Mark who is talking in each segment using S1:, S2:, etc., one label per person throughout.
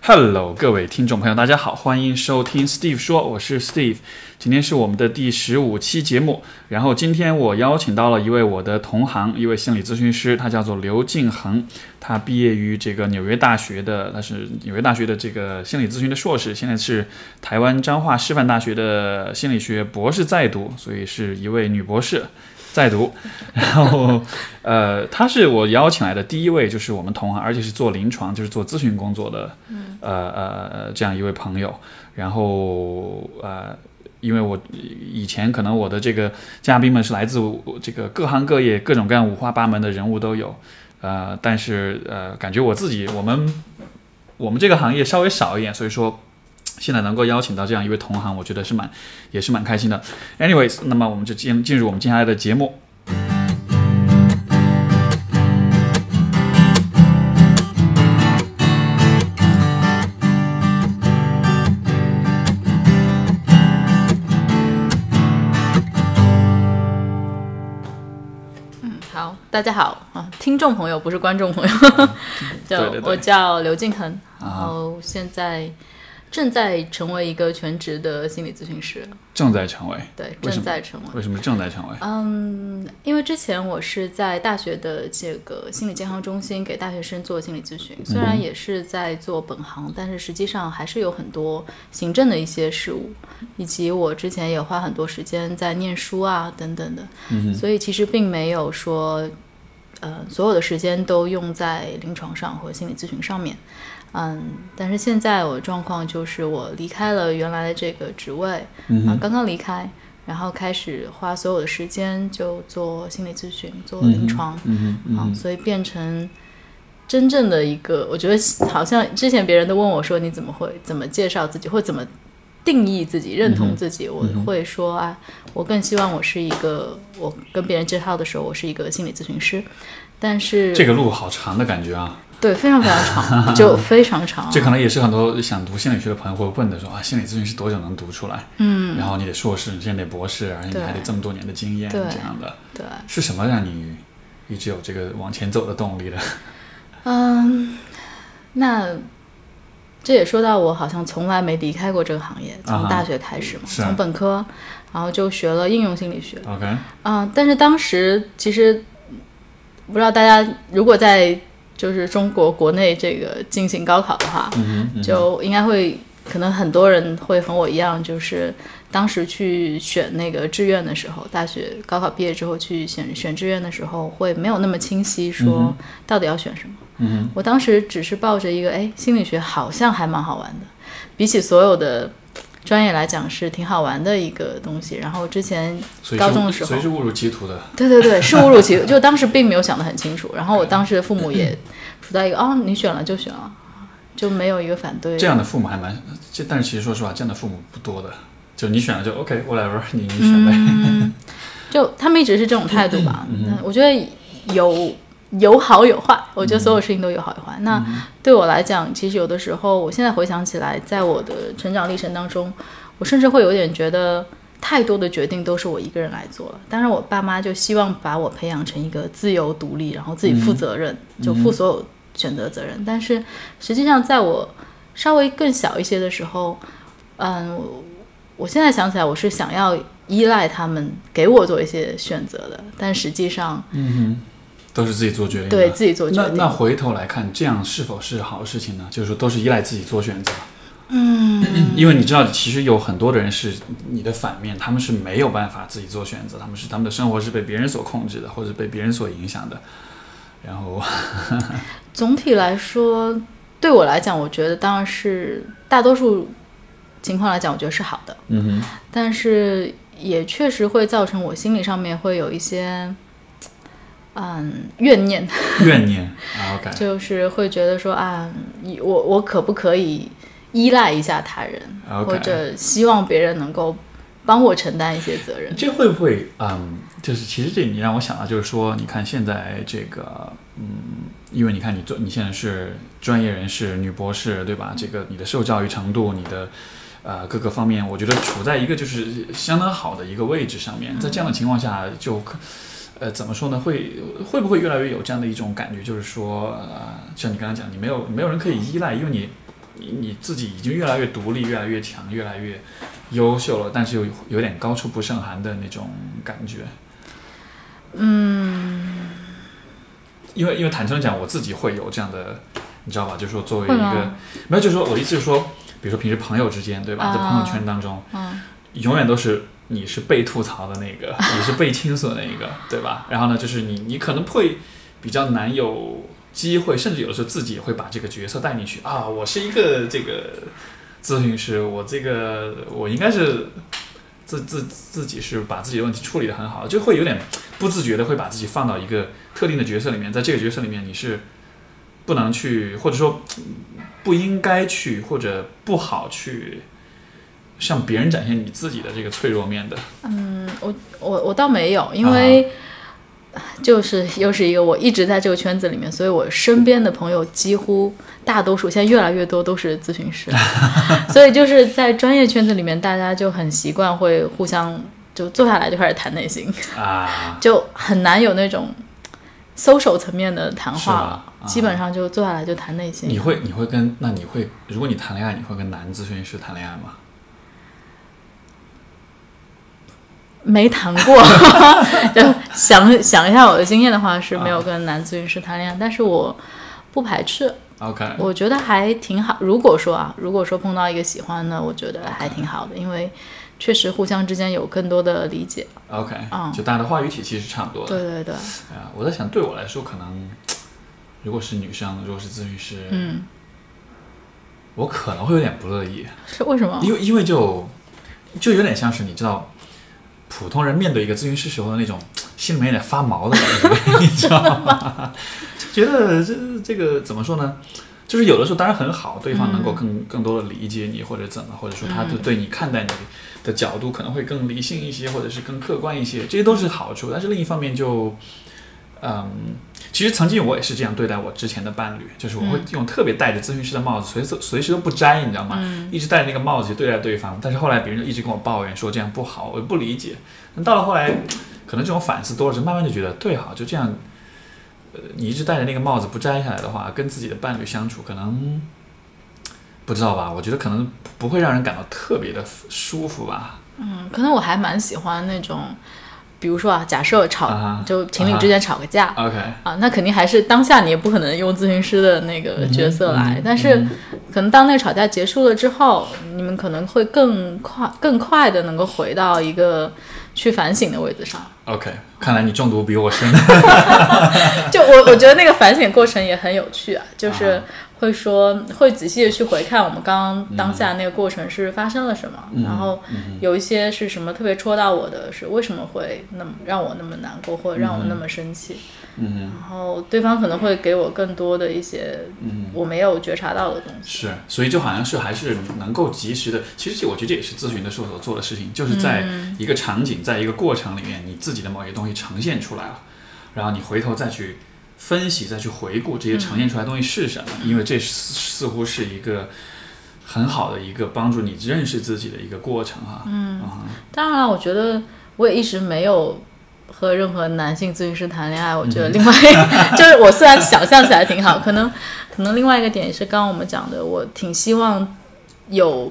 S1: Hello，各位听众朋友，大家好，欢迎收听 Steve 说，我是 Steve，今天是我们的第十五期节目。然后今天我邀请到了一位我的同行，一位心理咨询师，他叫做刘敬恒，他毕业于这个纽约大学的，他是纽约大学的这个心理咨询的硕士，现在是台湾彰化师范大学的心理学博士在读，所以是一位女博士。在读，然后，呃，他是我邀请来的第一位，就是我们同行，而且是做临床，就是做咨询工作的，呃呃呃这样一位朋友。然后，呃，因为我以前可能我的这个嘉宾们是来自我这个各行各业、各种各样五花八门的人物都有，呃，但是呃，感觉我自己我们我们这个行业稍微少一点，所以说现在能够邀请到这样一位同行，我觉得是蛮也是蛮开心的。Anyways，那么我们就进进入我们接下来的节目。
S2: 好，大家好啊，听众朋友不是观众朋友，就
S1: 嗯对对对
S2: 我 叫刘敬恒，然
S1: 啊
S2: 后现在正在成为一个全职的心理咨询师，
S1: 正在成为，
S2: 对，
S1: 为什
S2: 正
S1: 么
S2: 在成为。
S1: 为什么正在成为？
S2: 嗯，因为之前我是在大学的这个心理健康中心给大学生做心理咨询，虽
S1: 嗯
S2: 然也是在做本行，但是实际上还是有很多行政的一些事务，以及我之前也花很多时间在念书啊等等的，所以其实并没有说，呃，所有的时间都用在临床上和心理咨询上面。嗯，但是现在我的状况就是我离开了原来的这个职位，
S1: 嗯
S2: 啊，刚刚离开，然后开始花所有的时间就做心理咨询，做临床，
S1: 嗯哼嗯
S2: 啊，所以变成真正的一个，我觉得好像之前别人都问我说你怎么会怎么介绍自己，或怎么定义自己、认同自己，
S1: 嗯
S2: 我会说啊，我更希望我是一个，我跟别人介绍的时候，我是一个心理咨询师，但是
S1: 这个路好长的感觉啊，
S2: 对非常非常 长，就非常长，
S1: 这可能也是很多想读心理学的朋友会问的，说啊，心理咨询师多久能读出来？嗯，然后你得硕士，你现在得博士，而且你
S2: 对
S1: 还得这么多年的经验，
S2: 对
S1: 这样的
S2: 对。
S1: 是什么让你一直有这个往前走的动力的？
S2: 嗯，那这也说到我好像从来没离开过这个行业，
S1: 啊
S2: 从
S1: 哈
S2: 大学开始嘛，
S1: 是啊
S2: 从本科，然后就学了应用心理学。
S1: OK，
S2: 嗯，但是当时其实不知道大家如果在就是中国国内这个进行高考的话，
S1: 嗯哼，
S2: 就应该会。可能很多人会和我一样，就是当时去选那个志愿的时候，大学高考毕业之后去选选志愿的时候，会没有那么清晰说到底要选什么。
S1: 嗯
S2: 我当时只是抱着一个，哎，心理学好像还蛮好玩的，比起所有的专业来讲是挺好玩的一个东西。然后之前
S1: 哼，所以
S2: 高中的
S1: 是
S2: 时候
S1: 所以是误入歧途的，
S2: 对对对，是误入歧途，就当时并没有想得很清楚。然后我当时的父母也处在一个，哦，你选了就选了，就没有一个反 对。
S1: 这样的父母还蛮，这但是其实说实话，这样的父母不多的，就你选了就 OK whatever，你你选
S2: 嗯
S1: 呗，
S2: 就他们一直是这种态度吧。那我觉得有有好有坏，我觉得所有事情都有好有坏。那对我来讲，其实有的时候，我现在回想起来，在我的成长历程当中，我甚至会有点觉得。太多的决定都是我一个人来做了，当然我爸妈就希望把我培养成一个自由独立，然后自己负责任，就负所有选择责任。但是实际上，在我稍微更小一些的时候，嗯，我我现在想起来，我是想要依赖他们给我做一些选择的，但实际上
S1: 嗯哼，都是自己做决定的，
S2: 对自己做决
S1: 那
S2: 定。
S1: 那回头来看，这样是否是好事情呢？就是说，都是依赖自己做选择。嗯， 因为你知道，其实有很多的人是你的反面，他们是没有办法自己做选择，他们是他们的生活是被别人所控制的，或者被别人所影响的。然后，
S2: 总体来说，对我来讲，我觉得当然是大多数情况来讲，我觉得是好的，
S1: 嗯
S2: 但是也确实会造成我心理上面会有一些嗯怨念，
S1: 哼，怨念啊，OK，
S2: 就是会觉得说啊，你我我可不可以依赖一下他人
S1: OK
S2: 或者希望别人能够帮我承担一些责任。
S1: 这会不会，嗯，就是其实这你让我想到，就是说，你看现在这个，嗯，因为你看你做，你现在是专业人士，女博士，对吧？这个你的受教育程度，你的呃各个方面，我觉得处在一个就是相当好的一个位置上面，在这样的情况下就可。呃，怎么说呢？会会不会越来越有这样的一种感觉，就是说，呃，像你刚刚讲，你没有没有人可以依赖，因为你你你自己已经越来越独立、越来越强、越来越优秀了，但是又有点高处不胜寒的那种感觉。
S2: 嗯，
S1: 因为因为坦诚地讲，我自己会有这样的，你知道吧？就是说作为一
S2: 会
S1: 个
S2: 吗
S1: 没有，就是说我的意思是说，比如说平时朋友之间，对吧？在朋友
S2: 啊
S1: 圈当中，
S2: 嗯，
S1: 永远都是你是被吐槽的那 个，你是被倾诉的那个，对吧？然后呢，就是你你可能会比较难有机会，甚至有的时候自己也会把这个角色带进去啊，我是一个这个咨询师，我这个我应该是。自自自己是把自己的问题处理得很好，就会有点不自觉的会把自己放到一个特定的角色里面，在这个角色里面你是不能去，或者说嗯不应该去，或者不好去向别人展现你自己的这个脆弱面的。
S2: 我我倒没有，因
S1: 啊
S2: 为就是又是一个我一直在这个圈子里面，所以我身边的朋友几乎大多数现在越来越多都是咨 询师，所以就是在专业圈子里面，大家就很习惯会互相就坐下来就开始谈内心，
S1: 啊，
S2: 就很难有那种 social 层面的谈话了，
S1: 是吗啊
S2: 基本上就坐下来就谈内心。
S1: 你会你会跟那你会，如果你谈恋爱，你会跟男咨询师谈恋爱吗？
S2: 没谈 过，就想想一下我的经验的话，是
S1: 啊
S2: 没有跟男咨询师谈恋爱，但是我不排斥，
S1: OK，
S2: 我觉得还挺好。如果说啊，如果说碰到一个喜欢的，我觉得还挺好的，因为确实互相之间有更多的理解。
S1: OK，、
S2: 嗯
S1: 就大家的话语体系是差不多的。
S2: 对对对，
S1: 啊，我在想，对我来说，可能如果是女生，如果是咨询师，
S2: 嗯，
S1: 我可能会有点不乐意，
S2: 是为什么？
S1: 因为因为就就有点像是你知道，普通人面对一个咨询师时候的那种心里面有点发毛的感觉，你 知道吗？ 就觉得这这个怎么说呢？就是有的时候当然很好，对方能够更、更多的理解你或者怎么，或者说他对对你看待你的角度可能会更理性一些，或者是更客观一些，这些都是好处。但是另一方面就，嗯，其实曾经我也是这样对待我之前的伴侣，就是我会用特别戴着咨询师的帽子，随时随时都不摘，你知道吗？一直戴着那个帽子去对待对方。但是后来别人就一直跟我抱怨说这样不好，我也不理解。那到了后来，可能这种反思多了之后，慢慢就觉得对哈，就这样。呃，你一直戴着那个帽子不摘下来的话，跟自己的伴侣相处可能不知道吧？我觉得可能不会让人感到特别的舒服吧。
S2: 嗯，可能我还蛮喜欢那种，比如说啊，假设吵，
S1: 啊哈
S2: 就情侣之间吵个架，
S1: OK，
S2: 啊，那肯定还是当下你也不可能用咨询师的那个角色来，但是可能当那个吵架结束了之后，你们可能会更快、更快的能够回到一个去反省的位置上。
S1: OK，看来你中毒比我 深。
S2: 就我我觉得那个反省过程也很有趣啊，就是会说会仔细的去回看我们刚刚当下那个过程是发生了什么，
S1: 嗯
S2: 然后有一些是什么特别戳到我的，是为什么会那么让我那么难过，或者让我那么生气，
S1: 嗯，
S2: 然后对方可能会给我更多的一些
S1: 嗯
S2: 我没有觉察到的东西。
S1: 是，所以就好像是还是能够及时的。其实我觉得这也是咨询的时候所做的事情，就是在
S2: 嗯
S1: 一个场景，在一个过程里面，你自己的某些东西呈现出来了，然后你回头再去分析、再去回顾这些呈现出来的东西是什么，
S2: 嗯
S1: 因为这似似乎是一个很好的一个帮助你认识自己的一个过程哈、嗯
S2: 当然了，我觉得我也一直没有。和任何男性咨询师谈恋爱，我
S1: 嗯
S2: 觉得另外 就是我虽然想象起来挺好，可能可能另外一个点也是刚刚我们讲的，我挺希望有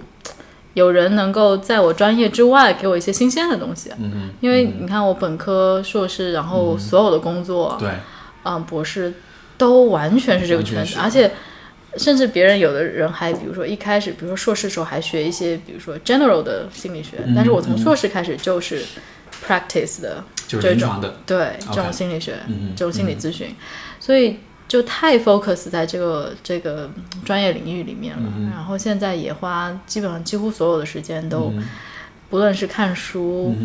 S2: 有人能够在我专业之外给我一些新鲜的东西，
S1: 嗯
S2: 因为你看我本科、硕士，然后所有的工作，
S1: 哼，对，
S2: 嗯，博士都完全是这个
S1: 完全
S2: 圈子，
S1: 是
S2: 而且甚至别人有的人还，比如说一开始，比如说硕士时候还学一些，比如说 general 的心理
S1: 嗯
S2: 学，但是我从硕士开始就是 practice 的，
S1: 就是临床的，
S2: 对这种
S1: OK
S2: 心理学
S1: 嗯嗯
S2: 这种心理咨询，所以就太 focus 在这个这个专业领域里面了。
S1: 嗯
S2: 然后现在也花基本上几乎所有的时间
S1: 嗯
S2: 都，不论是看书、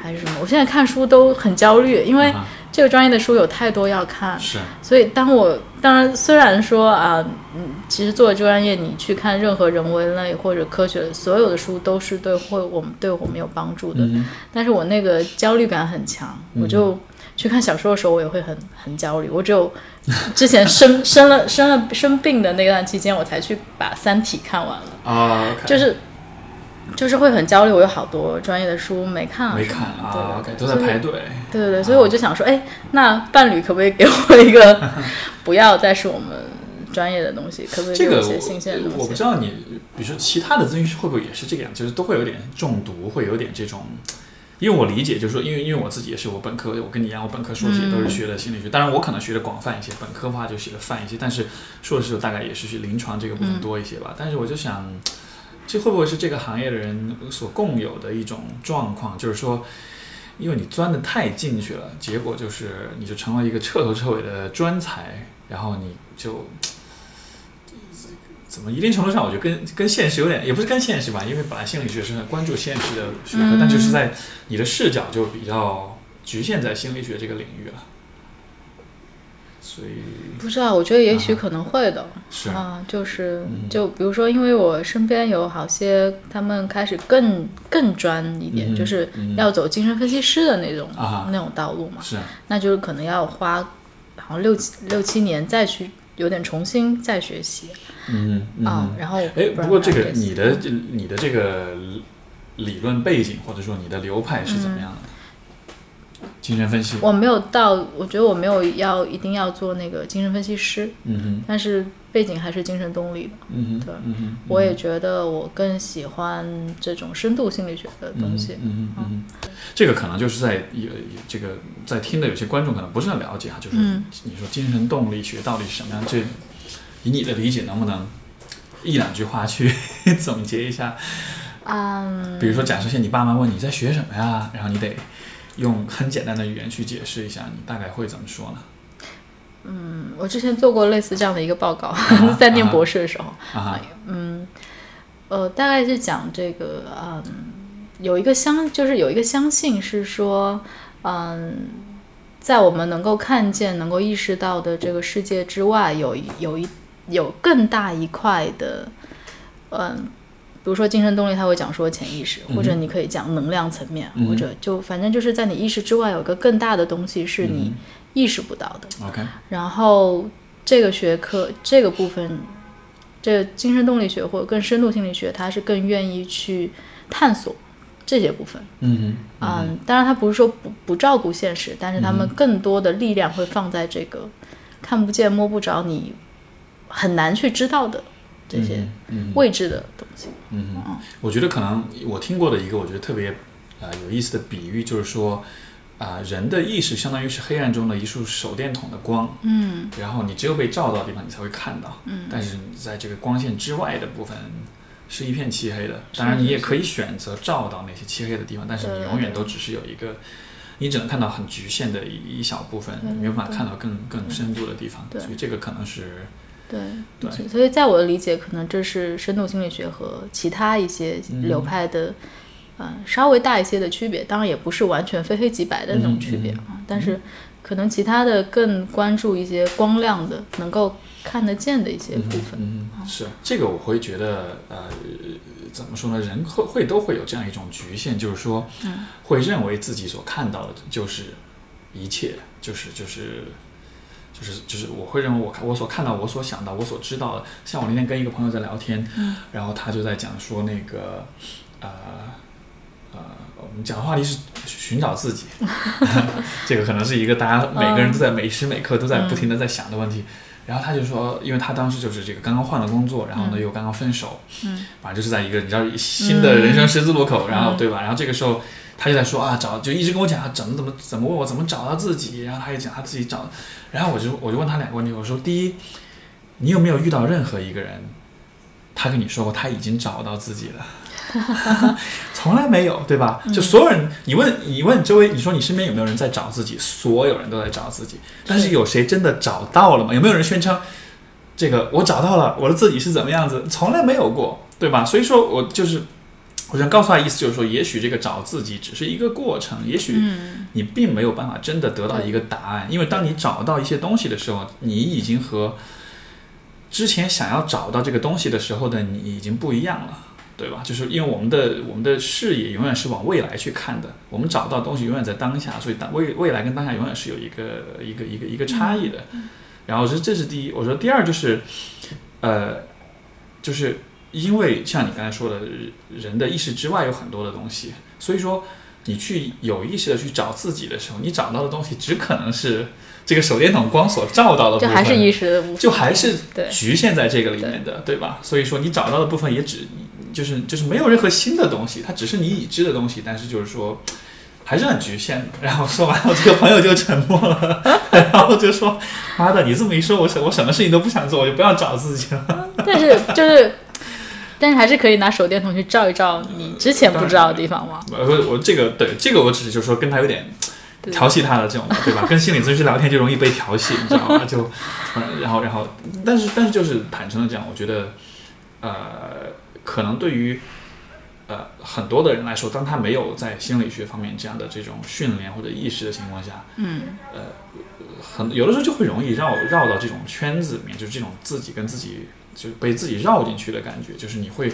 S2: 还是什么，我现在看书都很焦虑，因为
S1: 啊
S2: 这个专业的书有太多要看，
S1: 是
S2: 所以，当我当然虽然说啊，嗯，其实做了这个专业，你去看任何人文类或者科学所有的书，都是对会我们对我们有帮助的。
S1: 嗯
S2: 但是我那个焦虑感很强，我就去看小说的时候，我也会很很焦虑。我只有之前生 生了生了生病的那段期间，我才去把《三体》看完了，
S1: 啊，OK，
S2: 就是就是会很焦虑。我有好多专业的书没看啊，
S1: 没看啊
S2: 对
S1: ，OK，都在排队，
S2: 对对对， 所以我就想说，哎，那伴侣可不可以给我一个，不要再是我们专业的东西，可不可以
S1: 这
S2: 给我
S1: 个
S2: 一些新鲜的
S1: 我
S2: 东
S1: 不
S2: 西？
S1: 知道你，比如说其他的咨询师会不会也是这个样，就是都会有点中毒，会有点这种。因为我理解，就是说，因为因为我自己也是我本科，我跟你一样，我本科硕士也
S2: 嗯
S1: 都是学的心理学，当然我可能学的广泛一些，本科的话就学的泛一些，但是硕士大概也是去临床这个部
S2: 嗯
S1: 分多一些吧。但是我就想，这会不会是这个行业的人所共有的一种状况？就是说，因为你钻得太进去了，结果就是你就成为一个彻头彻尾的专才，然后你就怎么一定程度上，我觉得跟 跟现实有点，也不是跟现实吧，因为本来心理学是很关注现实的学科，
S2: 嗯
S1: 但就是在你的视角就比较局限在心理学这个领域了，所以
S2: 不知道，我觉得也许
S1: 啊
S2: 可能会的。
S1: 是
S2: 啊，就是
S1: 嗯
S2: 就比如说，因为我身边有好些他们开始更更专一点，
S1: 嗯哼
S2: 就是
S1: 嗯
S2: 要走精神分析师的那种、
S1: 啊
S2: 那种道路嘛，
S1: 是
S2: 那就是可能要花好像六七六七年再去有点重新再学习、
S1: 嗯嗯。
S2: 啊。然后
S1: 哎，
S2: 不
S1: 不过
S2: 然
S1: 这个
S2: 浪费时
S1: 你
S2: 间
S1: 的你的这个理论背景或者说你的流派是怎
S2: 嗯
S1: 么样的？精神分析，
S2: 我没有到，我觉得我没有要一定要做那个精神分析师，
S1: 嗯
S2: 但是背景还是精神动力的。
S1: 哼，嗯哼，
S2: 对
S1: 嗯哼，
S2: 我也觉得我更喜欢这种深度心理学的东西。
S1: 嗯哼嗯哼嗯哼，这个可能就是在有这个在听的有些观众可能不是很了解啊，就是
S2: 嗯
S1: 你说精神动力学到底是什么样？这以你的理解，能不能一两句话去 总结一下？
S2: 嗯，
S1: 比如说，假设现在你爸妈问你在学什么呀，然后你得用很简单的语言去解释一下，你大概会怎么说呢？
S2: 嗯我之前做过类似这样的一个报告，
S1: 啊
S2: 在念博士的时候，
S1: 啊，
S2: 嗯，呃，大概是讲这个，嗯，有一个相，就是有一个相信是说，嗯，在我们能够看见、能够意识到的这个世界之外，有一有一有更大一块的，嗯。比如说精神动力，他会讲说潜意识，或
S1: 嗯
S2: 者
S1: 哼
S2: 你可以讲能量层面，
S1: 嗯哼
S2: 或者就反正就是在你意识之外有一个更大的东西是
S1: 嗯
S2: 你意识不到的。
S1: 啊 OK，
S2: 然后这个学科这个部分，这精神动力学或者更深度心理学，它是更愿意去探索这些部分。
S1: 嗯哼，
S2: 嗯，当然，它不是说不不照顾现实，但是他们更多的力量会放在这个看不见、摸不着、你很难去知道的这些
S1: 嗯
S2: 未知的东西。
S1: 嗯哼，我觉得可能我听过的一个我觉得特别啊、呃有意思的比喻就是说，啊、人的意识相当于是黑暗中的一束手电筒的光，
S2: 嗯
S1: 然后你只有被照到的地方你才会看到，嗯，但是你在这个光线之外的部分是一片漆黑的，当然你也可以选择照到那些漆黑的地方，但是你
S2: 对
S1: 永远都只是有一个。你只能看到很局限的一一小部分，
S2: 对
S1: 你没有办法
S2: 对
S1: 看到更更深度的地方，
S2: 对
S1: 所以这个可能是，
S2: 对，
S1: 对
S2: 所以所以在我的理解，可能这是深度心理学和其他一些流派的，嗯、稍微大一些的区别。当然，也不是完全非黑即白的那种区别
S1: 嗯
S2: 啊、但是可能其他的更关注一些光亮的、能够看得见的一些部分。
S1: 嗯，是这个我会觉得，呃，怎么说呢？人会会都会有这样一种局限，就是说，会认为自己所看到的就是一切，就是就是。就是就是，我会认为我看我所看到、我所想到、我所知道的，像我那天跟一个朋友在聊天，然后他就在讲说那个，呃呃，我们讲的话题是寻找自己， 这个可能是一个大家每个人都在每时每刻都在不停的在想的问题。然后他就说，因为他当时就是这个刚刚换了工作，然后呢又刚刚分手，
S2: 嗯，
S1: 反正就是在一个你知道新的人生十字路口，然后对吧？然后这个时候他就在说啊，找就一直跟我讲啊怎么怎么怎么问我怎么找到自己，然后他也讲他啊自己找，然后我就我就问他两个问题，我说第一，你有没有遇到任何一个人，他跟你说过他已经找到自己了？从来没有，对吧？就所有人，你问你问周围，你说你身边有没有人在找自己？所有人都在找自己，但是有谁真的找到了吗？有没有人宣称这个我找到了我的自己是怎么样子？从来没有过，对吧？所以说我就是我想告诉他的意思就是说，也许这个找自己只是一个过程，也许
S2: 嗯
S1: 你并没有办法真的得到一个答案，因为当你找到一些东西的时候，你已经和之前想要找到这个东西的时候的你已经不一样了。对吧？就是因为我们的我们的视野永远是往未来去看的，我们找到东西永远在当下，所以当未未来跟当下永远是有一个一个一个一个差异的。
S2: 嗯
S1: 然后我说这是第一，我说第二就是，呃，就是因为像你刚才说的，人的意识之外有很多的东西，所以说你去有意识的去找自己的时候，你找到的东西只可能是这个手电筒光所照到的部
S2: 就
S1: 分，
S2: 嗯还是一时的无
S1: 就还是
S2: 对
S1: 局限在这个里面的，对吧？所以说你找到的部分也只就是就是没有任何新的东西，它只是你已知的东西，但是就是说还是很局限的。 然后说完了，这个朋友就沉默了， 然后就说：“妈的，你这么一说，我什我什么事情都不想做，我就不要找自己了。
S2: 但是就是，但是还是可以拿手电筒去照一照你之前不知道的地方嘛。
S1: 我”呃我我这个对这个我只是就是说跟他有点
S2: 对
S1: 调戏他的这种，对吧？跟心理咨询师聊天就容易被调戏，你知道吗？就，嗯然后，然后，但是，但是，就是坦诚的讲，我觉得，呃，可能对于呃很多的人来说，当他没有在心理学方面这样的这种训练或者意识的情况下，
S2: 嗯，
S1: 很有的时候就会容易绕绕到这种圈子里面，就是这种自己跟自己就是被自己绕进去的感觉，就是你会，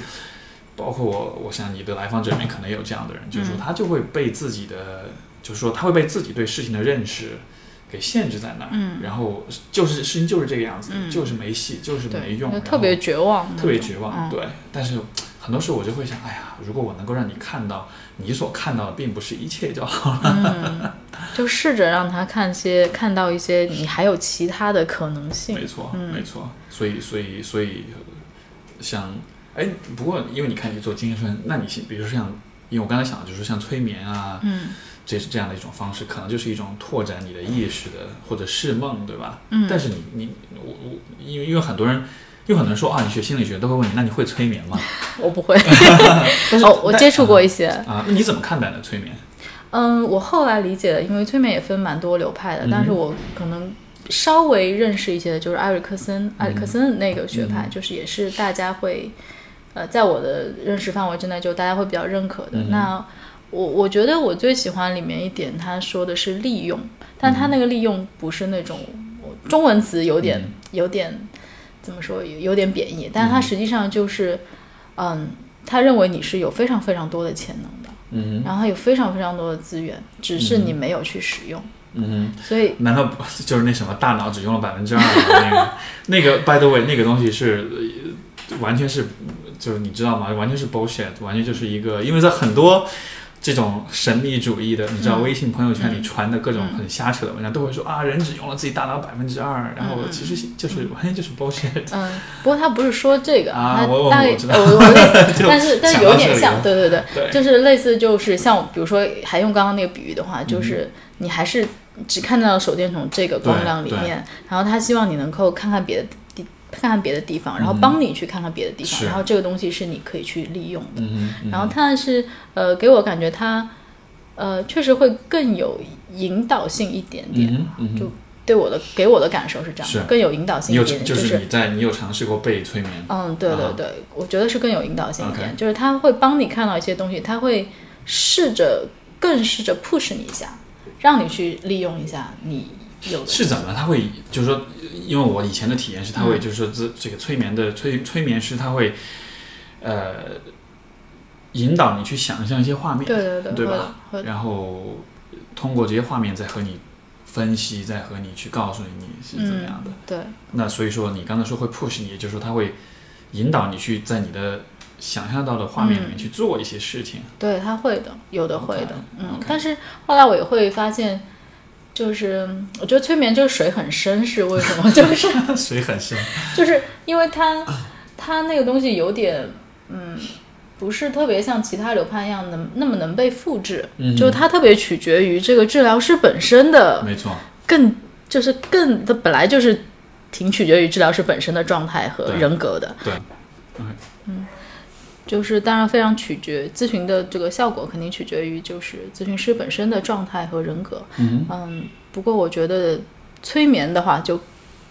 S1: 包括我，我想你的来访者里面可能有这样的人，就是说
S2: 嗯
S1: 他就会被自己的，就是说他会被自己对事情的认识给限制在那儿，
S2: 嗯
S1: 然后就是事情就是这个样子，
S2: 嗯
S1: 就是没戏，就是没
S2: 对，
S1: 用，
S2: 就
S1: 然后
S2: 特别绝望那种，
S1: 特别绝望，
S2: 嗯
S1: 对。但是很多时候我就会想，哎呀，如果我能够让你看到你所看到的并不是一切就好了，
S2: 嗯，就试着让他看些看到一些你还有其他的可能
S1: 没
S2: 性。
S1: 错，
S2: 嗯
S1: 没错。所以，所以，所以，呃像，哎，不过因为你看你做精神，那你像比如说像，因为我刚才想的就是像催眠啊，
S2: 嗯
S1: 这是这样的一种方式，可能就是一种拓展你的意识的或者释梦，对吧？
S2: 嗯
S1: 但是你你我我，因为因为很多人。因为很多人说啊，你学心理学都会问你，那你会催眠吗？
S2: 我不会，
S1: 但是
S2: 哦，我接触过一些，
S1: 啊，那你怎么看待呢？催眠？
S2: 嗯，我后来理解了，因为催眠也分蛮多流派的，但是我可能稍微认识一些的就是埃里克森，埃里克森那个学派，就是也是大家会，呃，在我的认识范围之内，就大家会比较认可的。那我我觉得我最喜欢里面一点，他说的是利用，但他那个利用不是那种我中文词有点、有点怎么说有有点贬义，但他实际上就是，嗯，他认为你是有非常非常多的潜能的。
S1: 嗯
S2: 然后它有非常非常多的资源，只是你没有去使用。
S1: 嗯，
S2: 所以，
S1: 难道不 就是那什么大脑只用了百分之二吗？那个那个，by the way，那个东西是呃完全是就是你知道吗？完全是 bullshit，完全就是一个，因为在很多这种神秘主义的，你知
S2: 嗯
S1: 道，微信朋友圈里传的各种很瞎扯的文章，都会说啊，人只用了自己大脑百分之二，然后其实就是完全就是 bullshit。
S2: 嗯，不过他不是说这个，
S1: 啊我我
S2: 他大概
S1: 我知道
S2: 呃我我 类似
S1: 就，
S2: 但是但
S1: 想
S2: 是
S1: 到
S2: 有
S1: 这
S2: 点
S1: 里
S2: 像，
S1: 了
S2: 对对对，
S1: 对，
S2: 就是类似就是像比如说还用刚刚那个比喻的话，
S1: 嗯
S2: 就是你还是只看到手电筒这个光亮里
S1: 对对
S2: 面，然后他希望你能够看看别的地。看看别的地方，然后帮你去看看别的地
S1: 嗯
S2: 方，
S1: 是
S2: 然后这个东西是你可以去利用的。
S1: 嗯哼，
S2: 然后但是呃，给我感觉它呃确实会更有引导性一点点，
S1: 嗯哼，嗯哼
S2: 就对我的给我的感受是这样
S1: 是
S2: 的，更有引导性
S1: 你
S2: 一
S1: 有
S2: 点点，
S1: 就
S2: 就是
S1: 你在你有尝试过被催眠？
S2: 嗯，对
S1: 啊
S2: 对对，我觉得是更有引导性一点
S1: OK
S2: 就是他会帮你看到一些东西，他会试着更试着 push 你一下，让你去利用一下你有的
S1: 是怎么？他会就是说，因为我以前的体验是，他会就是说这这个催眠的催催眠师，他会呃引导你去想象一些画面，
S2: 对对对，
S1: 对
S2: 会
S1: 吧
S2: 会
S1: 然后通过这些画面再和你分析，再和你去告诉你你是怎么样的。
S2: 嗯、对，
S1: 那所以说，你刚才说会 push 你，也就是说他会引导你去在你的想象到的画面里面去做一些事情。
S2: 对，他会的，有的会的
S1: OK，
S2: 嗯
S1: OK
S2: 但是后来我也会发现，就是嗯我觉得催眠这个水很深是为什么？ 就是
S1: 水很深，
S2: 就是因为它它那个东西有点嗯，不是特别像其他流派一样能那么能被复制，
S1: 嗯
S2: 就是它特别取决于这个治疗师本身的
S1: 没错，
S2: 更就是更它本来就是挺取决于治疗师本身的状态和
S1: 对
S2: 人格的，嗯
S1: 对，
S2: 就是当然非常取决咨询的这个效果，肯定取决于就是咨询师本身的状态和人格。
S1: 嗯
S2: 嗯，不过我觉得催眠的话，就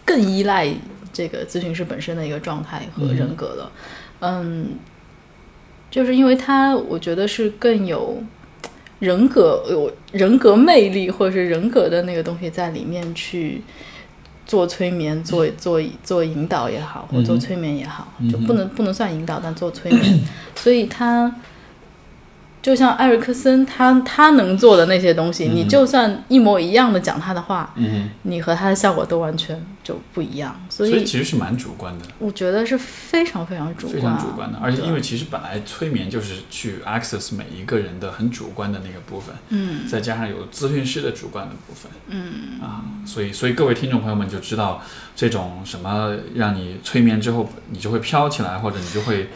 S2: 更依赖这个咨询师本身的一个状态和人格了。嗯就是因为他，我觉得是更有人格有人格魅力或者是人格的那个东西在里面去。做催眠，做做做引导也好，或做
S1: 嗯嗯哼
S2: 催眠也好，
S1: 嗯哼
S2: 就不能不能算引导，但做催眠，所以他就像艾瑞克森他他能做的那些东西，你就算一模一样的讲他的话，
S1: 嗯，
S2: 你和他的效果都完全就不一样，所
S1: 所以
S2: 以
S1: 其实是蛮主观的，
S2: 我觉得是非常非常主观，
S1: 非常主观的。而且因为其实本来催眠就是去 access 每一个人的很主观的那个部分，
S2: 嗯，
S1: 再加上有咨询师的主观的部分，嗯啊，所以所以各位听众朋友们就知道，这种什么让你催眠之后你就会飘起来，或者你就会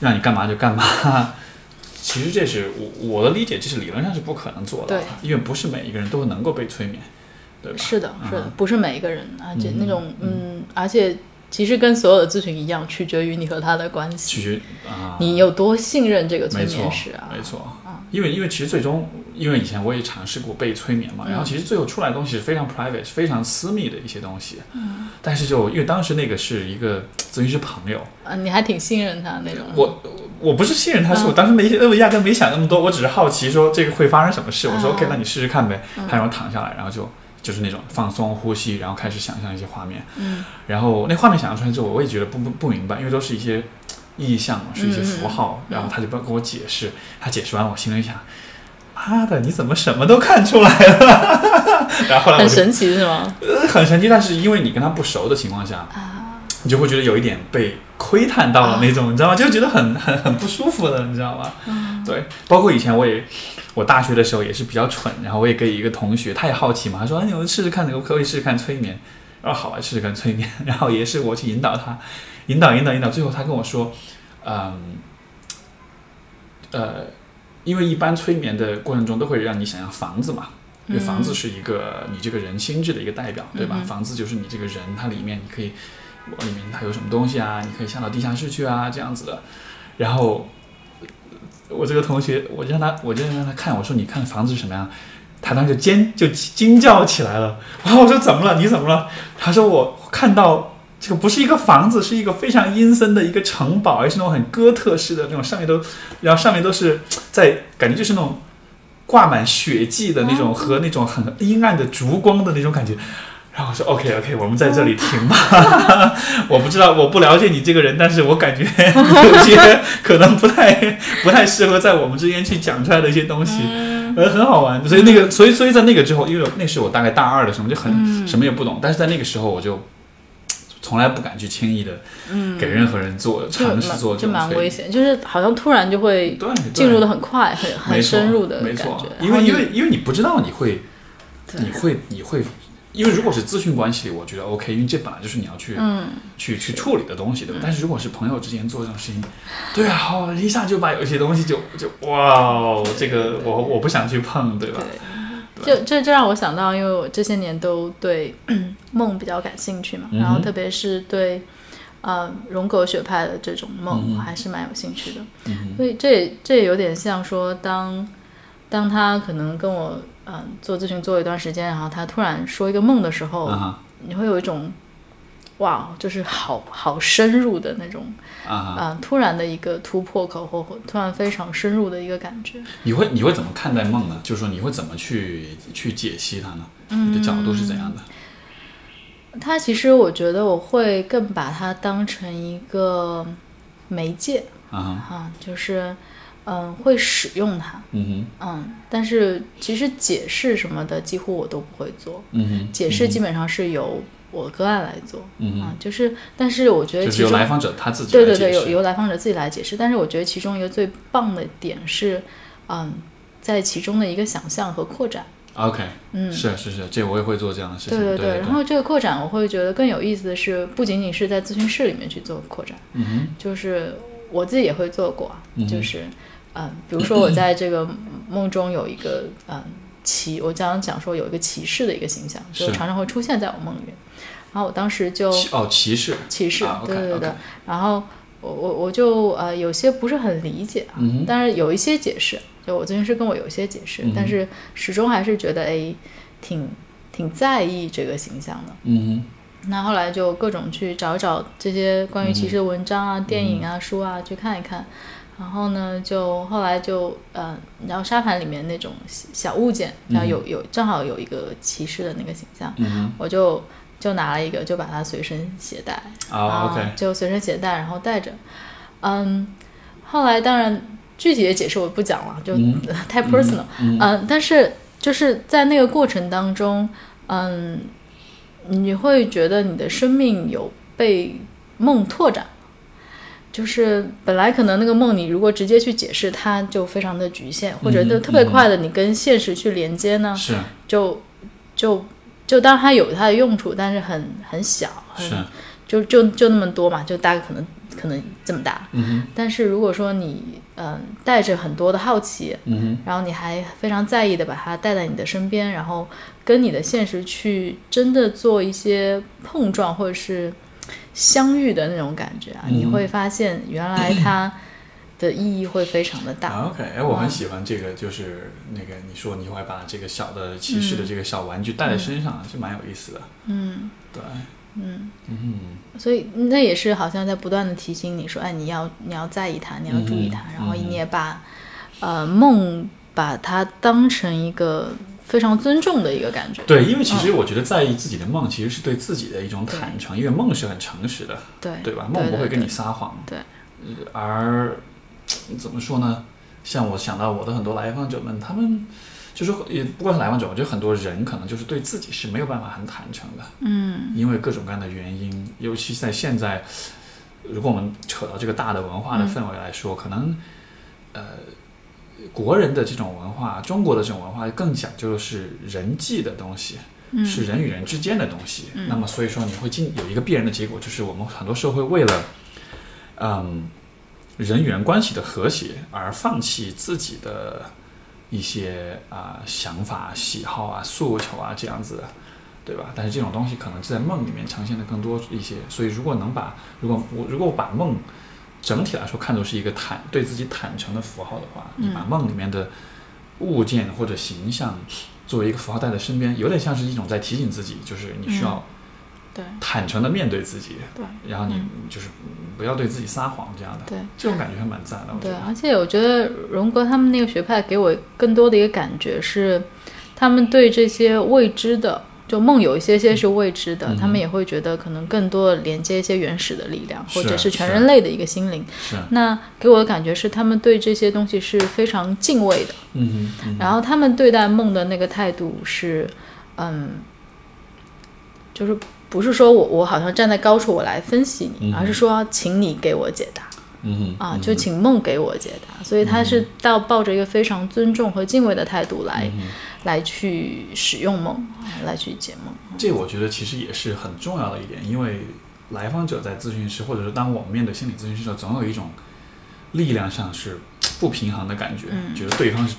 S1: 让你干嘛就干嘛。 其实这是我我的理解，这是理论上是不可能做的
S2: 对，
S1: 因为不是每一个人都能够被催眠，对吧？
S2: 是的，是的，不是每一个人，而且
S1: 嗯
S2: 那种嗯，而且其实跟所有的咨询一样，取决于你和他的关系，
S1: 取决于啊，
S2: 你有多信任这个催
S1: 没错
S2: 眠师啊，
S1: 没错，因为因为其实最终，因为以前我也尝试过被催眠
S2: 嗯
S1: 嘛，然后其实最后出来的东西是非常 private、非常私密的一些东西，嗯，但是就因为当时那个是一个咨询师朋友，
S2: 啊，你还挺信任他那种，
S1: 我我不是信任他，
S2: 嗯
S1: 是我当时没我压根没想那么多，我只是好奇说这个会发生什么事，我说
S2: 嗯
S1: OK，那你试试看呗，他让我躺下来，然后就就是那种放松呼吸，然后开始想象一些画面，
S2: 嗯
S1: 然后那画面想象出来之后，我也觉得不不不明白，因为都是一些意象嘛，
S2: 嗯
S1: 是一些符号。然后他就帮给我解释，他解释完，我心里想，妈的，你怎么什么都看出来了？ 然后后来我
S2: 很
S1: 就
S2: 神奇是吗？
S1: 呃很神奇，但是因为你跟他不熟的情况下，
S2: 啊，
S1: 你就会觉得有一点被窥探到了那种，你知道吗？就觉得很很很不舒服的，你知道吗？对，包括以前我也，我大学的时候也是比较蠢，然后我也给一个同学，他也好奇嘛，他说：“哎，你们试试看，可不可以试试看催眠？”然后好啊，试试看催眠， 然后也是我去引导他，引导引导引导，最后他跟我说：“嗯，呃，因为一般催眠的过程中都会让你想象房子嘛，因为房子是一个你这个人心智的一个代表，对吧？
S2: 嗯哼
S1: 房子就是你这个人，它里面你可以，我里面它有什么东西啊？你可以下到地下室去啊，这样子的。然后我这个同学，我就让他，我就让他看，我说你看房子是什么样？他当时就尖就惊叫起来了。然后我说怎么了？你怎么了？他说我看到。这个不是一个房子，是一个非常阴森的一个城堡，而是那种很哥特式的那种，上面都，然后上面都是在感觉就是那种挂满血迹的那
S2: 嗯
S1: 种和那种很阴暗的烛光的那种感觉。然后我说
S2: 嗯
S1: OK OK，我们在这里停吧。 我不知道，我不了解你这个人，但是我 感觉有些可能不太不太适合在我们之间去讲出来的一些东西，
S2: 嗯
S1: 呃，很好玩。所以那个，所以所以在那个之后，因为那是我大概大二的时候，就很、
S2: 嗯
S1: 什么也不懂，但是在那个时候我就。从来不敢去轻易的给任何人做、
S2: 嗯就
S1: 尝试做
S2: 蛮
S1: 这种
S2: 就蛮
S1: 推
S2: 危险，就是好像突然就会
S1: 对对
S2: 进入的很快，很
S1: 没
S2: 很
S1: 错
S2: 深入的
S1: 没
S2: 感
S1: 错
S2: 觉，，
S1: 因
S2: 然后
S1: 为
S2: 你
S1: 因为因为你不知道你会，
S2: 对
S1: 你会你会，因为如果是咨询关系，我觉得 OK，因为这本来就是你要去、
S2: 嗯
S1: 去去处理的东西，对吧？但是如果是朋友之间做这种事情，对啊，好一下就把有一些东西就就哇哦，这个我我不想去碰，对吧？
S2: 就这这让我想到，因为我这些年都对 梦比较感兴趣嘛，
S1: 嗯哼
S2: 然后特别是对呃荣格学派的这种
S1: 嗯
S2: 梦，
S1: 哼
S2: 我还是蛮有兴趣的。
S1: 嗯
S2: 所以这也这也有点像说，当当他可能跟我嗯、呃做咨询做一段时间，然后他突然说一个梦的时候，
S1: 啊
S2: 你会有一种哇，就是好好深入的那种
S1: 哈啊哈，
S2: 啊、呃突然的一个突破口或或突然非常深入的一个感觉。
S1: 你会你会怎么看待梦呢？就是说你会怎么去去解析它呢？
S2: 嗯
S1: 你的角度是怎样的？
S2: 它其实我觉得我会更把它当成一个媒介
S1: 啊哈，
S2: 啊，就是嗯会使用它，
S1: 嗯
S2: 嗯，但是其实解释什么的几乎我都不会做，
S1: 哼，嗯哼，
S2: 解释基本上是由我个案来做，
S1: 嗯哼
S2: 啊，就是但是我觉得
S1: 就是
S2: 其
S1: 由
S2: 中
S1: 来访者他自己
S2: 对
S1: 来解
S2: 对
S1: 释，
S2: 对由由来访者自己来解释，但是我觉得其中一个最棒的点是，嗯，在其中的一个想象和扩展。
S1: OK，
S2: 嗯
S1: 是是是，这我也会做这样的事情。
S2: 对
S1: 对
S2: 对，然后这个扩展我会觉得更有意思的是，不仅仅是在咨询室里面去做扩展，
S1: 嗯哼，
S2: 就是我自己也会做过啊，
S1: 嗯哼
S2: 就是嗯、呃比如说我在这个梦中有一个嗯、呃骑，我刚刚讲说有一个骑士的一个形象，就是常常会出现在我梦里面，然后我当时就
S1: 骑哦骑士，
S2: 骑士，
S1: 啊
S2: 对对对
S1: OK，OK
S2: 对，然后我我我就呃有些不是很理解啊，
S1: 嗯哼
S2: 但是有一些解释，就我咨询师跟我有一些解释，
S1: 嗯哼
S2: 但是始终还是觉得哎挺挺在意这个形象的。
S1: 嗯
S2: 那后来就各种去找找这些关于骑士的文章啊、电影啊、书啊，去看一看。然后呢，就后来就呃，然后沙盘里面那种小小物件，然后有有正好有一个骑士的那个形象，
S1: 哼，嗯
S2: 我就就拿了一个，就把它随身携带，
S1: 哼，哦
S2: 啊
S1: OK，
S2: 就随身携带，然后带着。嗯，后来当然具体的解释我不讲了，就、 太 personal。嗯、但是就是在那个过程当中，嗯，你会觉得你的生命有被梦拓展。就是本来可能那个梦，你如果直接去解释它，就非常的局限，或者就特别快的你跟现实去连接呢，
S1: 是
S2: 就就就当然它有它的用处，但是很很小，
S1: 是
S2: 很就就就那么多嘛，就大概可能可能这么大。
S1: 嗯
S2: 但是如果说你嗯、带着很多的好奇，
S1: 哼嗯哼
S2: 然后你还非常在意的把它带在你的身边，然后跟你的现实去真的做一些碰撞或者是相遇的那种感觉啊，你会发现原来它的意义会非常的大。嗯
S1: 啊，OK，哎，我很喜欢这个，就是那个你说你会把这个小的骑士的这个小玩具带在身上，是蛮有意思的。
S2: 嗯，
S1: 对，嗯
S2: 所以那也是好像在不断的提醒你说，哎，你要你要在意它，你要注意它，
S1: 嗯
S2: 然后你也把、呃梦把它当成一个非常尊重的一个感觉。
S1: 对，因为其
S2: 嗯
S1: 实我觉得在意自己的梦，其实是对自己的一种坦诚，因为梦是很诚实的，
S2: 对
S1: 对吧？梦不会跟你撒谎。
S2: 对
S1: 呃而嘖怎么说呢？像我想到我的很多来访者们，他们就是也不光是来访者，我觉得很多人可能就是对自己是没有办法很坦诚的，
S2: 嗯
S1: 因为各种各样的原因，尤其是在现在，如果我们扯到这个大的文化的氛围来说，可能呃，国人的这种文化，中国的这种文化更讲究的是人际的东西，
S2: 嗯
S1: 是人与人之间的东西。那么所以说，你会进有一个必然的结果，就是我们很多时候会为了嗯人与人关系的和谐而放弃自己的。一些啊、想法、喜好啊、诉求啊，这样子的对吧？但是这种东西可能是在梦里面呈现的更多一些，所以如果能把如果我如果我把梦整体来说看作是一个坦对自己坦诚的符号的话，你把梦里面的物件或者形象作为一个符号带在身边，有点像是一种在提醒自己，就是你需要
S2: 对
S1: 坦诚的面对自己，
S2: 嗯对嗯
S1: 然后你就是不要对自己撒谎这样的，
S2: 对。
S1: 这种感觉还蛮赞的，我觉
S2: 对，啊
S1: 得。
S2: 而且我觉得荣格他们那个学派给我更多的一个感觉是，他们对这些未知的，就梦有一些些是未知的，
S1: 嗯
S2: 他们也会觉得可能更多的连接一些原始的力量，
S1: 是
S2: 或者是全
S1: 是
S2: 人类的一个心灵。
S1: 是，
S2: 那给我的感觉是，他们对这些东西是非常敬畏的，
S1: 嗯哼，嗯
S2: 然后他们对待梦的那个态度是，嗯，就是不是说我我好像站在高处我来分析你，
S1: 嗯
S2: 而是说请你给我解答。
S1: 嗯哼，
S2: 啊，就请梦给我解答。所以他是到抱着一个非常尊重和敬畏的态度
S1: 嗯
S2: 来、来去使用梦，啊来去解梦。
S1: 这我觉得其实也是很重要的一点，因为来访者在咨询师，或者是当我们面对心理咨询师的时候，总有一种力量上是不平衡的感觉，觉得对方是。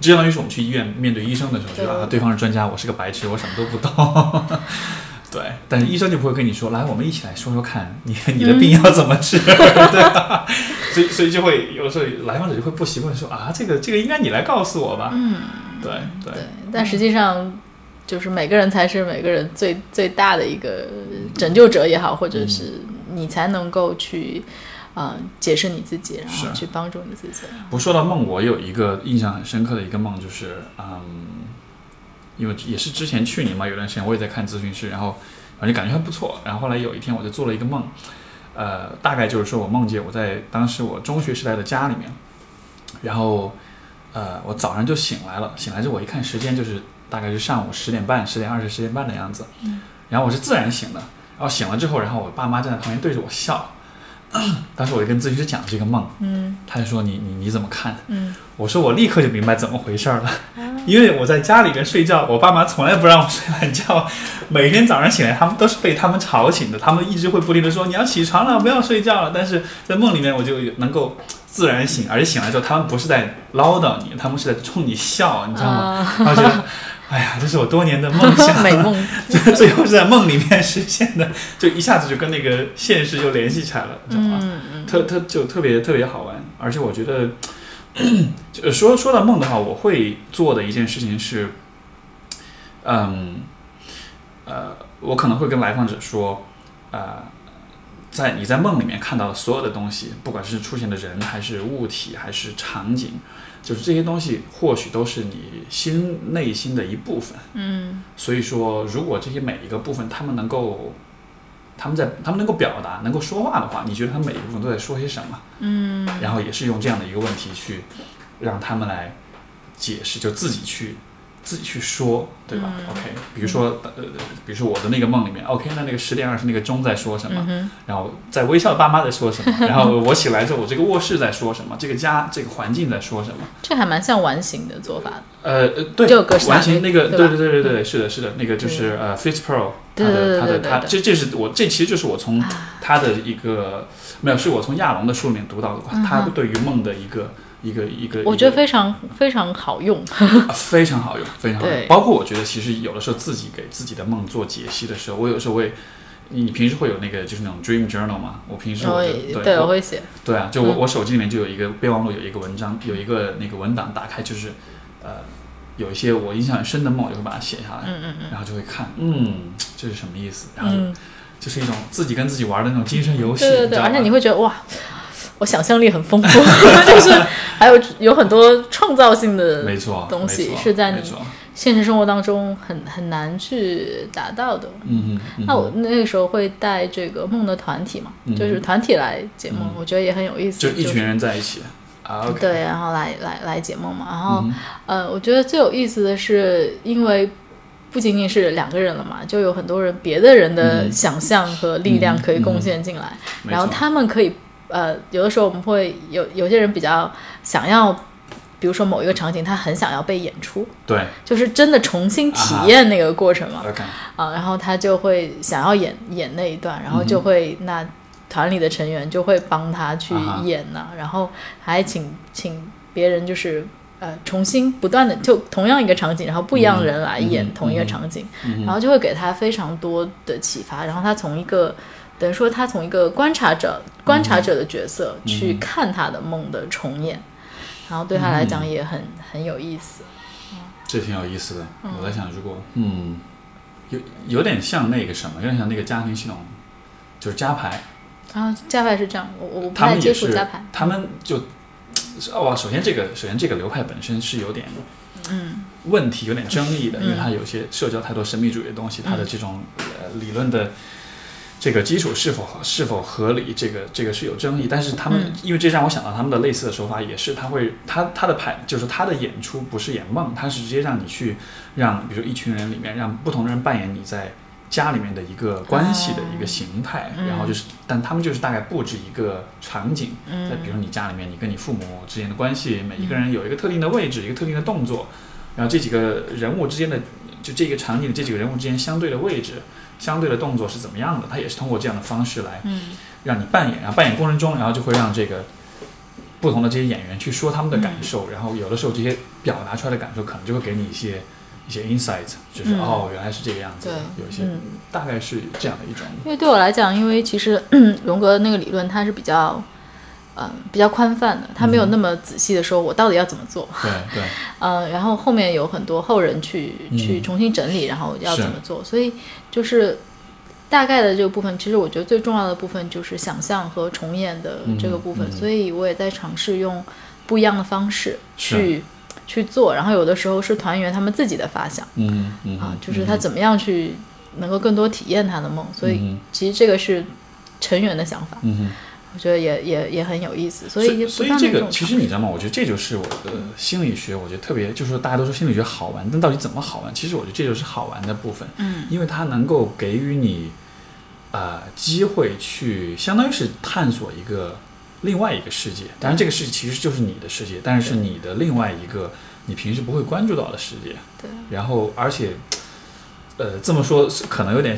S1: 就相当于是我们去医院面对医生的时候，觉
S2: 对
S1: 得啊，对方是专家，我是个白痴，我什么都不懂。 对，但是医生就不会跟你说，来，我们一起来说说看，你你的病要怎么治， 对吧？所以所以就会有的时候来访者就会不习惯说啊，这个这个应该你来告诉我吧。嗯，对对
S2: 对，但实际上就是每个人才是每个人最最大的一个拯救者也好，或者是
S1: 嗯
S2: 你才能够去。啊、解释你自己，然后
S1: 是
S2: 去帮助你自己。
S1: 不说到梦，我有一个印象很深刻的一个梦，就是嗯，因为也是之前去年嘛，有段时间我也在看咨询师，然后反正感觉还不错。然后后来有一天我就做了一个梦，呃，大概就是说我梦见我在当时我中学时代的家里面，然后呃，我早上就醒来了，醒来之后我一看时间，就是大概是上午十点半、十点二十、十点半的样子。然后我是自然醒的，然后醒了之后，然后我爸妈站在旁边对着我笑。 当时我就跟咨询师讲这个梦，
S2: 嗯
S1: 他就说你你你怎么看？
S2: 嗯，
S1: 我说我立刻就明白怎么回事儿了，因为我在家里边睡觉，我爸妈从来不让我睡懒觉，每天早上起来他们都是被他们吵醒的，他们一直会不停的说你要起床了，不要睡觉了。但是在梦里面我就有能够自然醒，而且醒来之后他们不是在唠叨你，他们是在冲你笑，你知道吗？ 然后觉得，哎呀，这是我多年的梦想，
S2: 啊美梦，
S1: 最最后是在梦里面实现的，就一下子就跟那个现实就联系起来了，你知道吗？
S2: 嗯嗯，
S1: 特特就特别特别好玩，而且我觉得， 就呃说说到梦的话，我会做的一件事情是，嗯，呃，我可能会跟来访者说，呃，在你在梦里面看到的所有的东西，不管是出现的人，还是物体，还是场景，就是这些东西，或许都是你心内心的一部分。
S2: 嗯
S1: 所以说，如果这些每一个部分他们能够他们在他们能够表达、能够说话的话，你觉得他们每一部分都在说些什么？
S2: 嗯，
S1: 然后也是用这样的一个问题去让他们来解释，就自己去自己去说，对吧、
S2: 嗯
S1: o k 比如说呃，比如说我的那个梦里面，OK，那那个十点二十那个钟在说什么？
S2: 嗯
S1: 然后在微笑的爸妈在说什么？然后我起来之后，我这个卧室在说什么？这个家这个环境在说什么？
S2: 哼，这还蛮像完形的做法的。
S1: 呃，呃对，
S2: 就有个啥
S1: 完形那个，
S2: 对
S1: 对
S2: 吧
S1: 对对对对，是的，是的，那个就是呃 f i t z p r o 他的他
S2: 对对对对
S1: 的
S2: 对
S1: 他，
S2: 对啊
S1: 这这是我这其实就是我从他的一个没有，是我从亚龙的书里面读到的，他对于梦的一个一个一个，
S2: 嗯我觉得
S1: 一
S2: 非常非常好用。
S1: 个非常好用，非常好
S2: 对
S1: 用。包括我觉得其实有的时候自己给自己的梦做解析的时候，我有时候会。你你平时会有那个就是那种 dream journal 吗？我平时
S2: 然后
S1: 我就
S2: 也
S1: 对
S2: 对，我会写。
S1: 对啊，就我、
S2: 嗯
S1: 我手机里面就有一个备忘录，有一个文章，有一个那个文档打开，就是呃有一些我印象很深的梦，我就会把它写下来，
S2: 嗯嗯嗯
S1: 然后就会看，嗯，这是什么意思？哎然后就,、
S2: 嗯，
S1: 是一种自己跟自己玩的那种精神游戏，
S2: 对对
S1: 知
S2: 对，
S1: 道吧
S2: 而且你会觉得哇。我想象力很丰富， 就是还有有很多创造性的
S1: 没错，
S2: 东
S1: 没
S2: 西
S1: 错
S2: 是在你
S1: 没错，
S2: 现实生活当中很很难去达到的。
S1: 嗯嗯嗯，
S2: 那我那个时候会带这个梦的团体嘛，
S1: 嗯
S2: 就是团体来解梦，
S1: 嗯
S2: 我觉得也很有意思。
S1: 就一
S2: 是
S1: 群人在一起啊，OK，
S2: 对，然后来来来解梦嘛。然后、
S1: 嗯
S2: 呃，我觉得最有意思的是，因为不仅仅是两个人了嘛，就有很多人别的人的
S1: 嗯
S2: 想象和力量可以贡献进来，
S1: 没
S2: 然后
S1: 错
S2: 他们可以呃，有的时候我们会有有些人比较想要，比如说某一个场景，他很想要被演出，
S1: 对
S2: 就是真的重新体
S1: 啊
S2: 验那个过程嘛。
S1: ，OK，
S2: 啊，然后他就会想要演演那一段，然后就会、那团里的成员就会帮他去
S1: 啊哈
S2: 演呐、然后还请请别人就是呃重新不断的就同样一个场景，然后不一样的人来演
S1: 嗯哼
S2: 同一个
S1: 嗯哼
S2: 场景，
S1: 嗯
S2: 然后就会给他非常多的启发，然后他从一个。等于说，他从一个观察者、观察者的角色
S1: 嗯
S2: 去看他的梦的重演，然后对他来
S1: 嗯
S2: 讲也很、很有意思。
S1: 这挺有意思的。我在想，如果嗯，有有点像那个什么，有点像那个家庭系统，就是家牌。
S2: 然后啊加派是这样，我我我不
S1: 他
S2: 太
S1: 们
S2: 接
S1: 也
S2: 触
S1: 是
S2: 加派。，
S1: 他们就是哦，首先这个首先这个流派本身是有点
S2: 嗯
S1: 问题、有点争议的，
S2: 嗯
S1: 因为它有些社交太多神秘主义的东西，它的这种呃理论的。这个基础是否是否合理，这个这个是有争议。但是他们，
S2: 嗯
S1: 因为这让我想到他们的类似的手法，也是他会他他的排就是他的演出不是演梦，他是直接让你去让，比如说一群人里面让不同人扮演你在家里面的一个关系的一个形态，
S2: 嗯
S1: 然后就是，但他们就是大概布置一个场景，
S2: 嗯
S1: 在比如你家里面，你跟你父母之间的关系，每一个人有一个特定的位置，一个特定的动作，然后这几个人物之间的，就这个场景这几个人物之间相对的位置、相对的动作是怎么样的，它也是通过这样的方式来
S2: 嗯
S1: 让你扮演，然后扮演过程中，然后就会让这个不同的这些演员去说他们的感
S2: 嗯
S1: 受，然后有的时候这些表达出来的感受，可能就会给你一些一些 insight，就是、
S2: 嗯
S1: 哦，原来是这个样子的，
S2: 对
S1: 有一些、
S2: 嗯
S1: 大概是这样的 一种，
S2: 因为对我来讲，因为其实嗯荣格的那个理论它是比较，嗯、比较宽泛的，它没有
S1: 嗯
S2: 那么仔细的说我到底要怎么做，
S1: 对对，
S2: 呃，然后后面有很多后人去、
S1: 嗯
S2: 去重新整理，然后要
S1: 是
S2: 怎么做，所以就是大概的这个部分，其实我觉得最重要的部分就是想象和重演的这个部分，
S1: 嗯嗯
S2: 所以我也在尝试用不一样的方式
S1: 是
S2: 去去做，然后有的时候是团员他们自己的发想。
S1: 嗯嗯
S2: 啊
S1: 嗯，
S2: 就是他怎么样去能够更多体验他的梦，所以
S1: 嗯
S2: 其实这个是成员的想法，
S1: 嗯哼。
S2: 我觉得也也也很有意思，所
S1: 所
S2: 以
S1: 以
S2: 就
S1: 所
S2: 不
S1: 以
S2: 断地
S1: 这个
S2: 种
S1: 其
S2: 尝
S1: 实你知道吗？我觉得这就是我的心理学，我觉得特别就是说大家都说心理学好玩，但到底怎么好玩？其实我觉得这就是好玩的部分，
S2: 嗯
S1: 因为它能够给予你呃机会去，相当于是探索一个另外一个世界。当然，这个世界其实就是你的世界，但是是你的另外一个你平时不会关注到的世界。
S2: 对
S1: 然后而且，呃，这么说是可能有点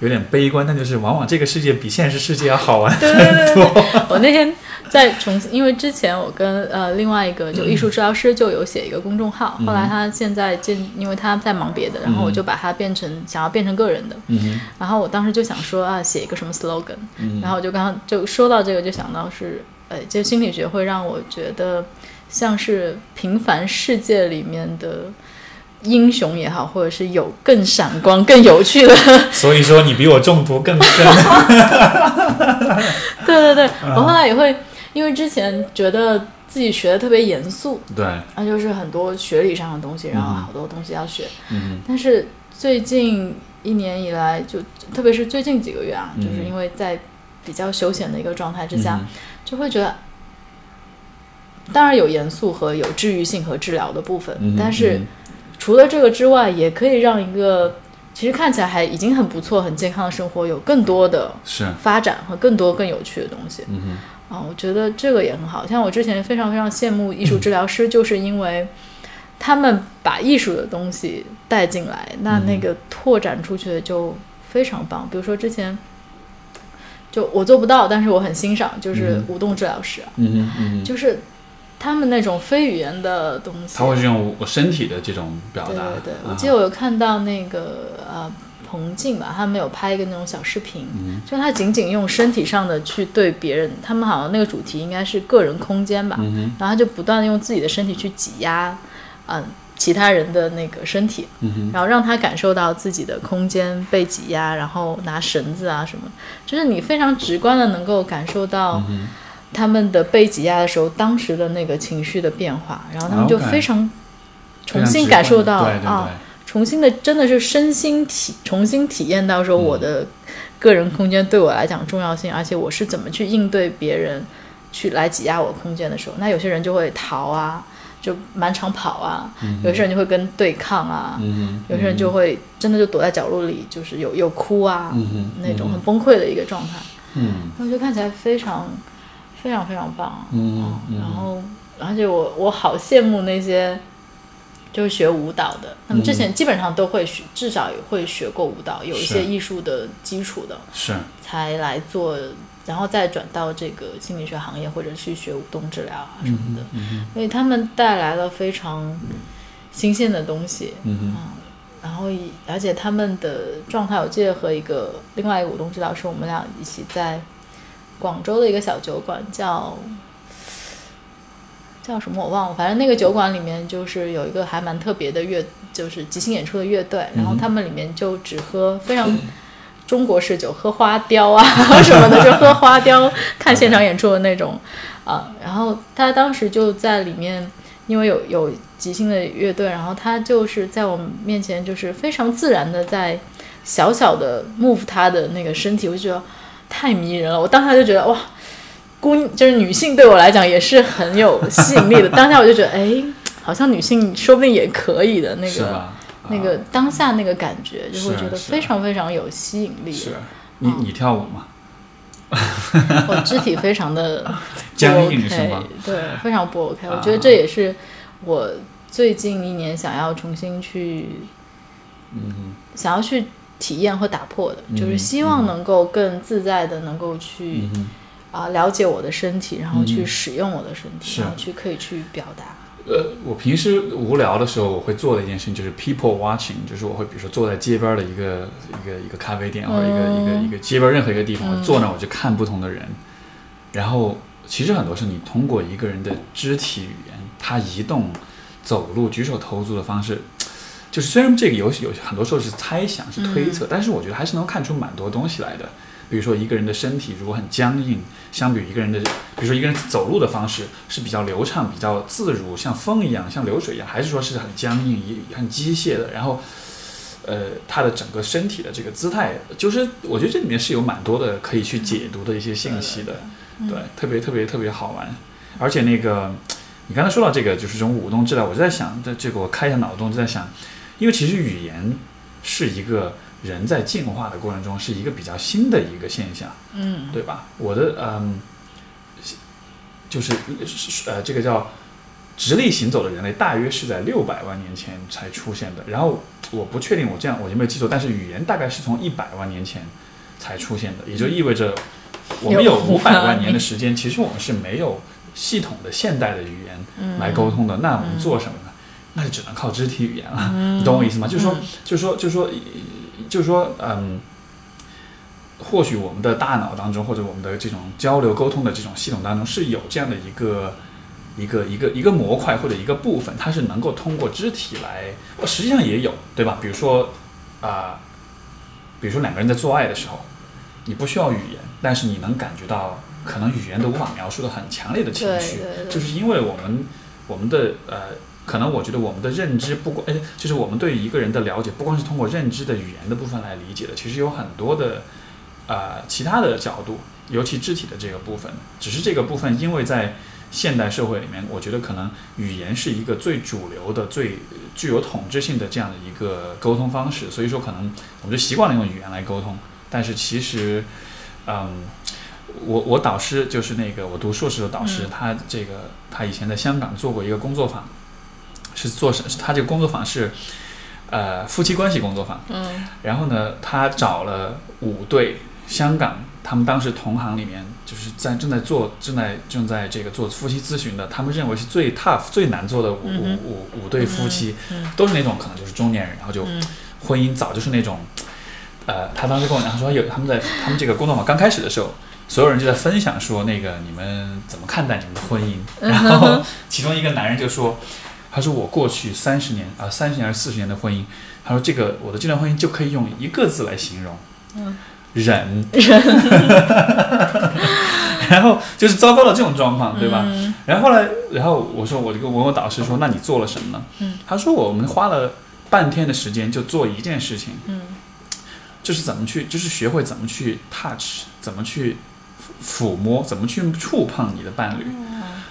S1: 有点悲观，但就是往往这个世界比现实世界要好玩。
S2: 对对对对， 我那天在重庆，因为之前我跟呃另外一个就艺术治疗师就有写一个公众号，后
S1: 嗯
S2: 来他现在进，因为他在忙别的，然后我就把它变成想要变成个人的，
S1: 嗯哼，
S2: 然后我当时就想说啊，写一个什么 slogan，、
S1: 嗯
S2: 然后我就刚刚就说到这个，就想到是，呃，就心理学会让我觉得像是平凡世界里面的英雄也好，或者是有更闪光、更有趣的，
S1: 所以说你比我中毒更深。
S2: 对对对，
S1: 嗯
S2: 我后来也会，因为之前觉得自己学的特别严肃，
S1: 对，
S2: 那就是很多学理上的东西，然后
S1: 嗯
S2: 好多东西要学，
S1: 嗯
S2: 但是最近一年以来就，特别是最近几个月
S1: 嗯
S2: 啊，就是因为在比较休闲的一个状态之下，就会觉得，当然有严肃和有治愈性和治疗的部分，
S1: 嗯哼
S2: 但是
S1: 嗯
S2: 除了这个之外，也可以让一个其实看起来还已经很不错、很健康的生活有更多的
S1: 是，
S2: 发展和更多更有趣的东西。
S1: 嗯哼，
S2: 啊，我觉得这个也很好。像我之前非常非常羡慕艺术治疗师，就是因为他们把艺术的东西带进来，那
S1: 嗯
S2: 那个拓展出去的就非常棒。比如说之前就我做不到，但是我很欣赏，就是
S1: 嗯
S2: 舞动治疗师啊，
S1: 嗯哼，嗯哼，
S2: 就是他们那种非语言的东西。
S1: 他会是用我身体的这种表
S2: 对
S1: 达。
S2: 对对，我
S1: 啊
S2: 记得我有看到那个呃彭静吧，他们有拍一个那种小视频，
S1: 嗯
S2: 就他仅仅用身体上的去对别人，他们好像那个主题应该是个人空间吧，
S1: 嗯哼，
S2: 然后他就不断的用自己的身体去挤压，嗯、其他人的那个身体，
S1: 嗯哼，
S2: 然后让他感受到自己的空间被挤压，然后拿绳子啊什么，就是你非常直观的能够感受到
S1: 嗯
S2: 他们的被挤压的时候当时的那个情绪的变化，然后他们就
S1: 啊 OK
S2: 非常
S1: 非
S2: 重
S1: 常
S2: 新
S1: 直
S2: 感受
S1: 观
S2: 到
S1: 对对对，
S2: 啊，重新的真的是身心体重新体验到说我的个人空间对我来讲重要性，而且我是怎么去应对别人去来挤压我空间的时候，那有些人就会逃啊，就满场跑啊，有些人就会跟对抗啊，
S1: 嗯哼，
S2: 有些人就会真的就躲在角落里，就是有有哭啊、
S1: 嗯哼
S2: 那种很崩溃的一个状态，
S1: 嗯
S2: 那我就看起来非常非常非常棒，啊
S1: 嗯
S2: 然后，而且我我好羡慕那些就是学舞蹈的，他
S1: 嗯
S2: 们之前基本上都会学，至少也会学过舞蹈，有一
S1: 是
S2: 些艺术的基础的，
S1: 是，
S2: 才来做，然后再转到这个心理学行业或者去学舞动治疗
S1: 嗯
S2: 啊什么的，所以他们带来了非常新鲜的东西，
S1: 嗯哼，
S2: 啊然后以而且他们的状态，我记得和一个另外一个舞动治疗师，我们俩一起在广州的一个小酒馆叫。叫什么我忘了，反正那个酒馆里面就是有一个还蛮特别的乐，就是即兴演出的乐队，然后他们里面就只喝非常中国式酒，喝花雕啊 什么的，就喝花雕看现场演出的那种啊。然后他当时就在里面，因为有有即兴的乐队，然后他就是在我们面前就是非常自然的在小小的 move 他的那个身体，我就觉得太迷人了。我当下就觉得哇，姑就是女性对我来讲也是很有吸引力的。当下我就觉得哎，好像女性说不定也可以的那
S1: 是
S2: 个。
S1: 吧？
S2: 那个当下那个感觉，就是会觉得
S1: 是
S2: 非常非常有吸引力。
S1: 是，
S2: 啊
S1: 你你跳舞吗？
S2: 我肢体非常的
S1: 僵
S2: 不
S1: 硬是
S2: OK，
S1: 吗
S2: 对，非常不 OK。
S1: 啊
S2: 我觉得这也是我最近一年想要重新去，
S1: 嗯
S2: 想要去体验和打破的，就是希望能够更自在的能够去
S1: 嗯哼。
S2: 啊、了解我的身体，然后去使用我的身体，
S1: 是
S2: 然后去可以去表达。
S1: 呃，我平时无聊的时候，我会做的一件事情就是 people watching，就是我会比如说坐在街边的一个一个一个咖啡店或者一个、一个一个街边任何一个地方，我坐那儿我就看不同的人，然后其实很多是你通过一个人的肢体语言，他移动、走路、举手投足的方式，就是虽然这个有有很多时候是猜想、是推测，但是我觉得还是能够看出蛮多东西来的。比如说一个人的身体如果很僵硬，相比于一个人的，比如说一个人走路的方式是比较流畅、比较自如，像风一样、像流水一样，还是说是很僵硬、一很机械的？然后，呃，他的整个身体的这个姿态，就是我觉得这里面是有蛮多的可以去解读的一些信息的，对，嗯特别特别特别好玩。而且那个，你刚才说到这个，就是这种舞动治疗，我就在想，这这个我开一下脑洞，就在想，因为其实语言是一个人在进化的过程中是一个比较新的一个现象，
S2: 嗯
S1: 对吧？我的嗯，就是呃，这个叫直立行走的人类，大约是在六百万年前才出现的。然后我不确定我这样我有没有记错，但是语言大概是从一百万年前才出现的，也就意味着我们
S2: 有
S1: 有五
S2: 500
S1: 百万
S2: 万
S1: 年的
S2: 年
S1: 时间，其实我们是没有系统的现代的语言
S2: 嗯
S1: 来沟通的。那我们做什么呢？那就只能靠肢体语言了， 你懂我意思吗？就是说，就是说，就是说，就是说，嗯，或许我们的大脑当中，或者我们的这种交流沟通的这种系统当中，是有这样的一个一个一个一个模块或者一个部分，它是能够通过肢体来，呃实际上也有，对吧？比如说啊、比如说两个人在做爱的时候，你不需要语言，但是你能感觉到，可能语言都无法描述的很强烈的情绪
S2: 对对，对
S1: 就是因为我们我们的呃可能我觉得我们的认知不光，哎，就是我们对一个人的了解，不光是通过认知的语言的部分来理解的，其实有很多的呃其他的角度，尤其肢体的这个部分。只是这个部分，因为在现代社会里面，我觉得可能语言是一个最主流的、最具有统治性的这样的一个沟通方式，所以说可能我们就习惯了用语言来沟通。但是其实，嗯，我我导师就是那个我读硕士的导师，
S2: 嗯
S1: 他这个他以前在香港做过一个工作坊，是做什？他这个工作坊是呃夫妻关系工作坊。
S2: 嗯
S1: 然后呢，他找了五对香港，他们当时同行里面就是在正在做正在正在这个做夫妻咨询的，他们认为是最 tough 最难做的五、
S2: 嗯哼
S1: 五五五对夫妻，
S2: 嗯
S1: 都是那种可能就是中年人，然后就
S2: 嗯
S1: 婚姻早就是那种，呃，他当时跟我讲说有他们在他们这个工作坊刚开始的时候，所有人就在分享说那个你们怎么看待你们的婚姻，然后其中一个男人就说，他说我过去三十年啊三十年还是四十年的婚姻，他说这个我的这段婚姻就可以用一个字来形容，
S2: 嗯
S1: 忍忍， 然后就是糟糕的这种状况，对吧？
S2: 嗯
S1: 然后后来，然后我说，我就跟我问我导师说，那你做了什么呢？
S2: 嗯，
S1: 他说我们花了半天的时间就做一件事情，
S2: 嗯，
S1: 就是怎么去，就是学会怎么去 touch，怎么去抚抚摸，怎么去触碰你的伴侣。
S2: 嗯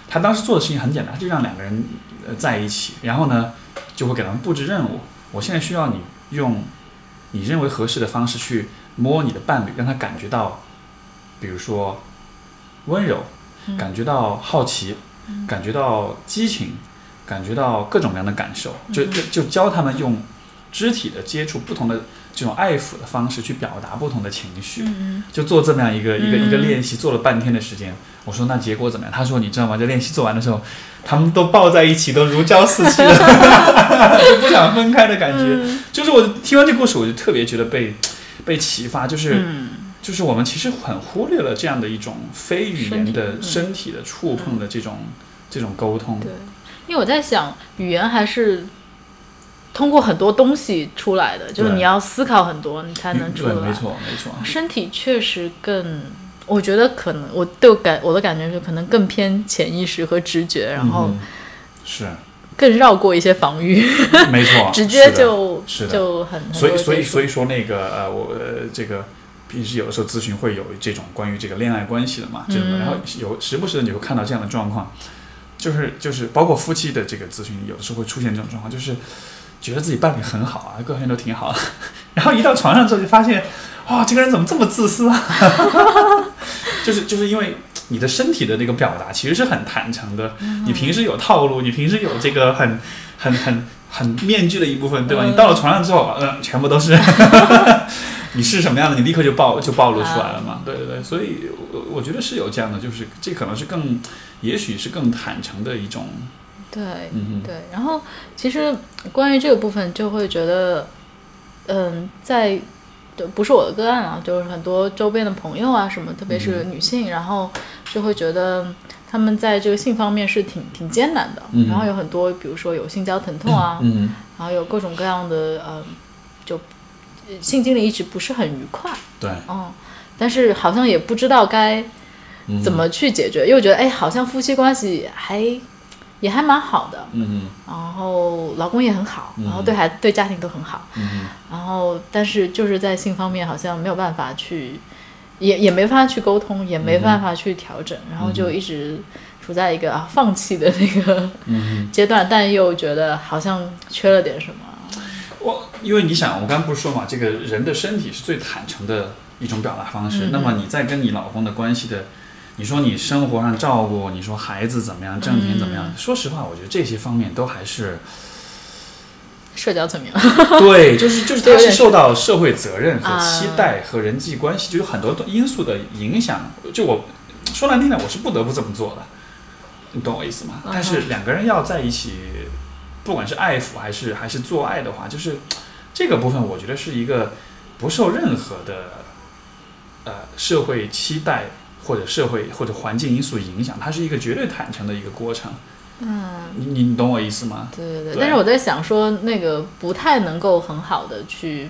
S1: 他当时做的事情很简单，他就让两个人呃在一起，然后呢，就会给他们布置任务。我现在需要你用你认为合适的方式去摸你的伴侣，让他感觉到，比如说温柔，
S2: 嗯
S1: 感觉到好奇，感觉到激情，感觉到各种各样的感受，
S2: 嗯
S1: 就就就教他们用肢体的接触，不同的这种爱抚的方式去表达不同的情绪。
S2: 嗯
S1: 就做这么样一个一个
S2: 嗯
S1: 一个练习，做了半天的时间。我说那结果怎么样？他说你知道吗？这练习做完的时候，他们都抱在一起，都如胶似漆了， 就不想分开的感觉。
S2: 嗯
S1: 就是我听完这故事，我就特别觉得被被启发，就是、
S2: 嗯
S1: 就是我们其实很忽略了这样的一种非语言的
S2: 身体嗯
S1: 身体的触碰的这种、这种沟通。
S2: 对，因为我在想，语言还是通过很多东西出来的，就是
S1: 对
S2: 你要思考很多，你才能出
S1: 嗯对，没
S2: 来。
S1: 错没错。
S2: 身体确实更，我觉得可能我对我感我的感觉是可能更偏潜意识和直觉，然后
S1: 嗯哼是
S2: 更绕过一些防御，
S1: 没错，
S2: 直接
S1: 是的
S2: 就是
S1: 的
S2: 就很很
S1: 所以，
S2: 多
S1: 所以，
S2: 接触
S1: 所以说那个呃，我呃这个平时有的时候咨询会有这种关于这个恋爱关系的嘛，这种的，
S2: 嗯
S1: 然后有时不时的你会看到这样的状况，就是就是包括夫妻的这个咨询，有的时候会出现这种状况，就是觉得自己伴侣很好啊，各 方面都挺好的，然后一到床上之后就发现，哇，这个人怎么这么自私啊？ 就是就是因为。你的身体的那个表达其实是很坦诚的，
S2: 嗯
S1: 你平时有套路，你平时有这个很很很很面具的一部分，对吧？
S2: 嗯
S1: 你到了床上之后，嗯、全部都 是你是什么样的，你立刻就暴就暴露出来了
S2: 啊
S1: 嘛。对对对，所以我我觉得是有这样的，就是这可能是更，也许是更坦诚的一种，
S2: 对
S1: 嗯哼
S2: 对，然后其实关于这个部分，就会觉得，嗯，在就不是我的个案啊，就是很多周边的朋友啊什么，特别是
S1: 嗯
S2: 女性，然后就会觉得她们在这个性方面是挺挺艰难的，
S1: 嗯
S2: 然后有很多，比如说有性交疼痛啊，
S1: 嗯
S2: 然后有各种各样的，嗯，就呃性经历一直不是很愉快，
S1: 对，
S2: 嗯，但是好像也不知道该
S1: 嗯
S2: 怎么去解决，又觉得哎，好像夫妻关系还也还蛮好的，
S1: 嗯
S2: 然后老公也很好，
S1: 嗯
S2: 然后对孩子、对家庭都很好，
S1: 嗯嗯
S2: 然后但是就是在性方面好像没有办法去，也也没法去沟通，也没办法去调整，
S1: 嗯
S2: 然后就一直处在一个、啊、放弃的那个
S1: 嗯
S2: 阶段，但又觉得好像缺了点什么。
S1: 哼，我因为你想，我刚刚不是说嘛，这个人的身体是最坦诚的一种表达方式。
S2: 嗯嗯
S1: 那么你在跟你老公的关系的，你说你生活上照顾，你说孩子怎么
S2: 嗯
S1: 样，挣钱怎么样？说实话，我觉得这些方面都还是。
S2: 社交层面，
S1: 对，就是就是，
S2: 对
S1: 他
S2: 有
S1: 是
S2: 点
S1: 受到社会责任和
S2: 啊
S1: 期待和人际关系，就有很多因素的影响。就我说难听点，我是不得不这么做的，你懂我意思吗？
S2: 嗯哼
S1: 但是两个人要在一起，不管是爱抚还是还是做爱的话，就是这个部分，我觉得是一个不受任何的呃社会期待或者社会或者环境因素影响，它是一个绝对坦诚的一个过程。
S2: 嗯，
S1: 你你你懂我意思吗？
S2: 对对对。
S1: 对
S2: 但是我在想说，那个不太能够很好的去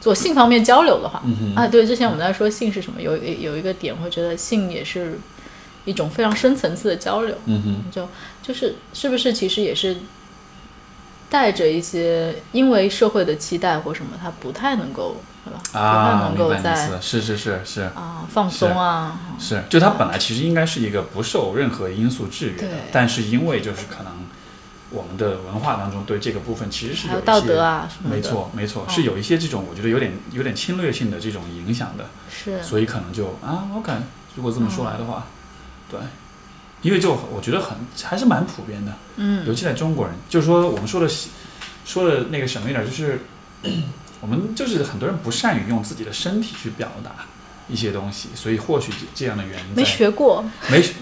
S2: 做性方面交流的话，
S1: 嗯哼，
S2: 啊，对，之前我们在说性是什么，有一有一个点，会觉得性也是一种非常深层次的交流，
S1: 嗯哼，
S2: 就就是是不是其实也是带着一些因为社会的期待或什么，他不太能够，对吧？
S1: 啊，
S2: 不太能够
S1: 明白意
S2: 在
S1: 思，是是是是
S2: 啊放松啊，
S1: 是，就它本来其实应该是一个不受任何因素制约
S2: 对
S1: 的，但是因为就是可能我们的文化当中对这个部分其实是
S2: 还
S1: 有
S2: 有
S1: 一
S2: 道
S1: 些
S2: 德啊什么的。
S1: 没，错，没错，
S2: 嗯
S1: 是有一些这种我觉得有点有点侵略性的这种影响的，
S2: 是
S1: 所以可能就啊，OK，如果这么说
S2: 嗯
S1: 来的话，对，因为就我觉得很还是蛮普遍的，
S2: 嗯
S1: 尤其在中国人，就是说我们说的喜说的那个什么一点，就是 我们就是很多人不善于用自己的身体去表达一些东西，所以或许这这样的原因
S2: 没
S1: 在
S2: 学过，
S1: 没 学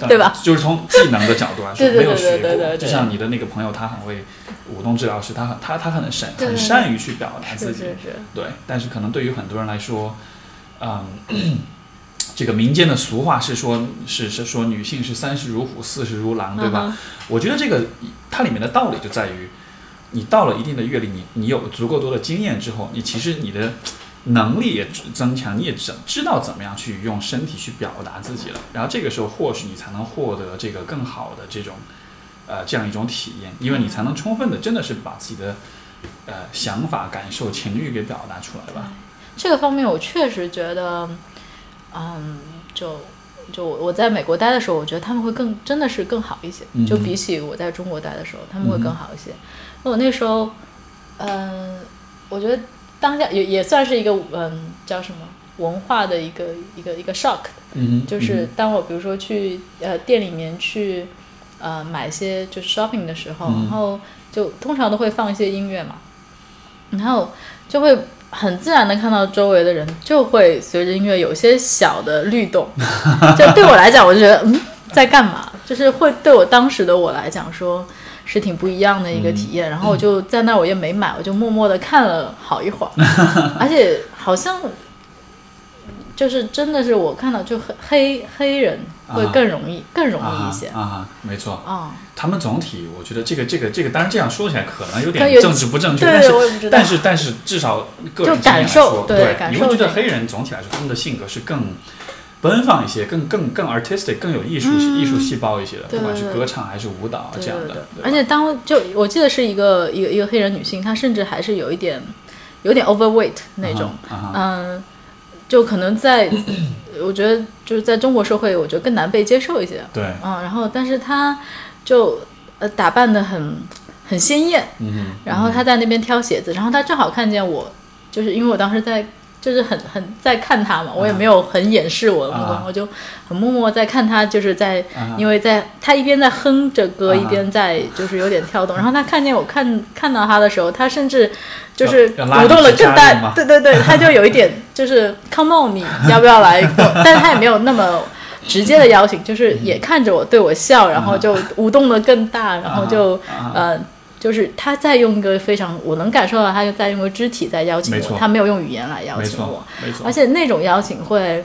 S1: 当然
S2: 对吧？
S1: 就是从技能的角度来说，
S2: 对对对
S1: 没有学
S2: 对对对
S1: 过。
S2: 对
S1: 就像你的那个朋友，他很会舞动治疗师，他很他他很善
S2: 对
S1: 很善于去表达
S2: 是
S1: 自己，
S2: 是是，
S1: 对。但是可能对于很多人来说，嗯。 这个民间的俗话是说，是是说女性是三十如虎，四十如狼，啊对吧？
S2: 嗯哼？
S1: 我觉得这个它里面的道理就在于，你到了一定的阅历，你你有了足够多的经验之后，你其实你的能力也增强，你也知知道怎么样去用身体去表达自己了。然后这个时候，或许你才能获得这个更好的这种呃这样一种体验，因为你才能充分的真的是把自己的呃想法、感受、情欲给表达出来吧。
S2: 这个方面我确实觉得，嗯，就就我我在美国待的时候，我觉得他们会更真的是更好一些，
S1: 嗯
S2: 就比起我在中国待的时候，他们会更好一些。那、我那时候，嗯，我觉得当下也也算是一个嗯叫什么文化的一个一个一个 shock，
S1: 嗯哼，
S2: 就是当我比如说去呃店里面去呃买一些就是 shopping 的时候，
S1: 嗯
S2: 然后就通常都会放一些音乐嘛，然后就会很自然的看到周围的人就会随着音乐有一些小的律 动，就对我来讲，我就觉得嗯在干嘛，就是会对我当时的我来讲说。是挺不一样的一
S1: 嗯
S2: 个体验，然后我就在那儿，我也没买，我就默默的看了好一会儿，而且好像就是真的是我看到就黑黑黑人会更容易、更容易一些
S1: 啊哈啊哈，没错。
S2: 啊、
S1: 他们总体，我觉得这个这个这个，当然这样说起来可能有
S2: 可能
S1: 点
S2: 有
S1: 政治不正确，
S2: 对
S1: 但是
S2: 我也不知道
S1: 但是但是至少个人
S2: 就
S1: 经验来
S2: 感受
S1: 说
S2: 对感
S1: 你
S2: 受
S1: 会觉
S2: 这
S1: 得
S2: 个
S1: 黑人总体来说他们的性格是更奔放一些，更更更 artistic，更有艺术、艺术细胞一些的，
S2: 对
S1: 不管是
S2: 对
S1: 歌唱还是舞蹈啊
S2: 对
S1: 这样
S2: 对
S1: 的
S2: 对。
S1: 对吧
S2: 而且当就我记得是一个一个一个黑人女性，她甚至还是有一点有点 overweight 那种，
S1: 啊哈、啊哈
S2: 嗯、就可能在我觉得就是在中国社会，我觉得更难被接受一些，
S1: 对，
S2: 嗯，然后但是她就呃打扮的很很鲜艳，
S1: 嗯哼，
S2: 然后他在那边挑鞋子，然后他正好看见我，就是因为我当时在就是很很在看他嘛，我也没有很掩饰我的目光，
S1: 啊
S2: 我就很默默在看他，就是在、
S1: 啊
S2: 因为在他一边在哼着歌，
S1: 啊
S2: 一边在就是有点跳动，然后他看见我看看到他的时候，他甚至就是
S1: 要要拉你
S2: 鼓动了
S1: 去加
S2: 更
S1: 入吗
S2: 大，对对对，他就有一点就是 come on，你 要不要来？但是他也没有那么。直接的邀请就是
S1: 嗯
S2: 也看着我对我笑，然后就舞动的更大，然后就
S1: 啊哈
S2: 呃，就是他在用一个非常，我能感受到他又在用个肢体在邀请
S1: 没错
S2: 我，他没有用语言来邀
S1: 没
S2: 请我
S1: 错，，没错，
S2: 而且那种邀请会，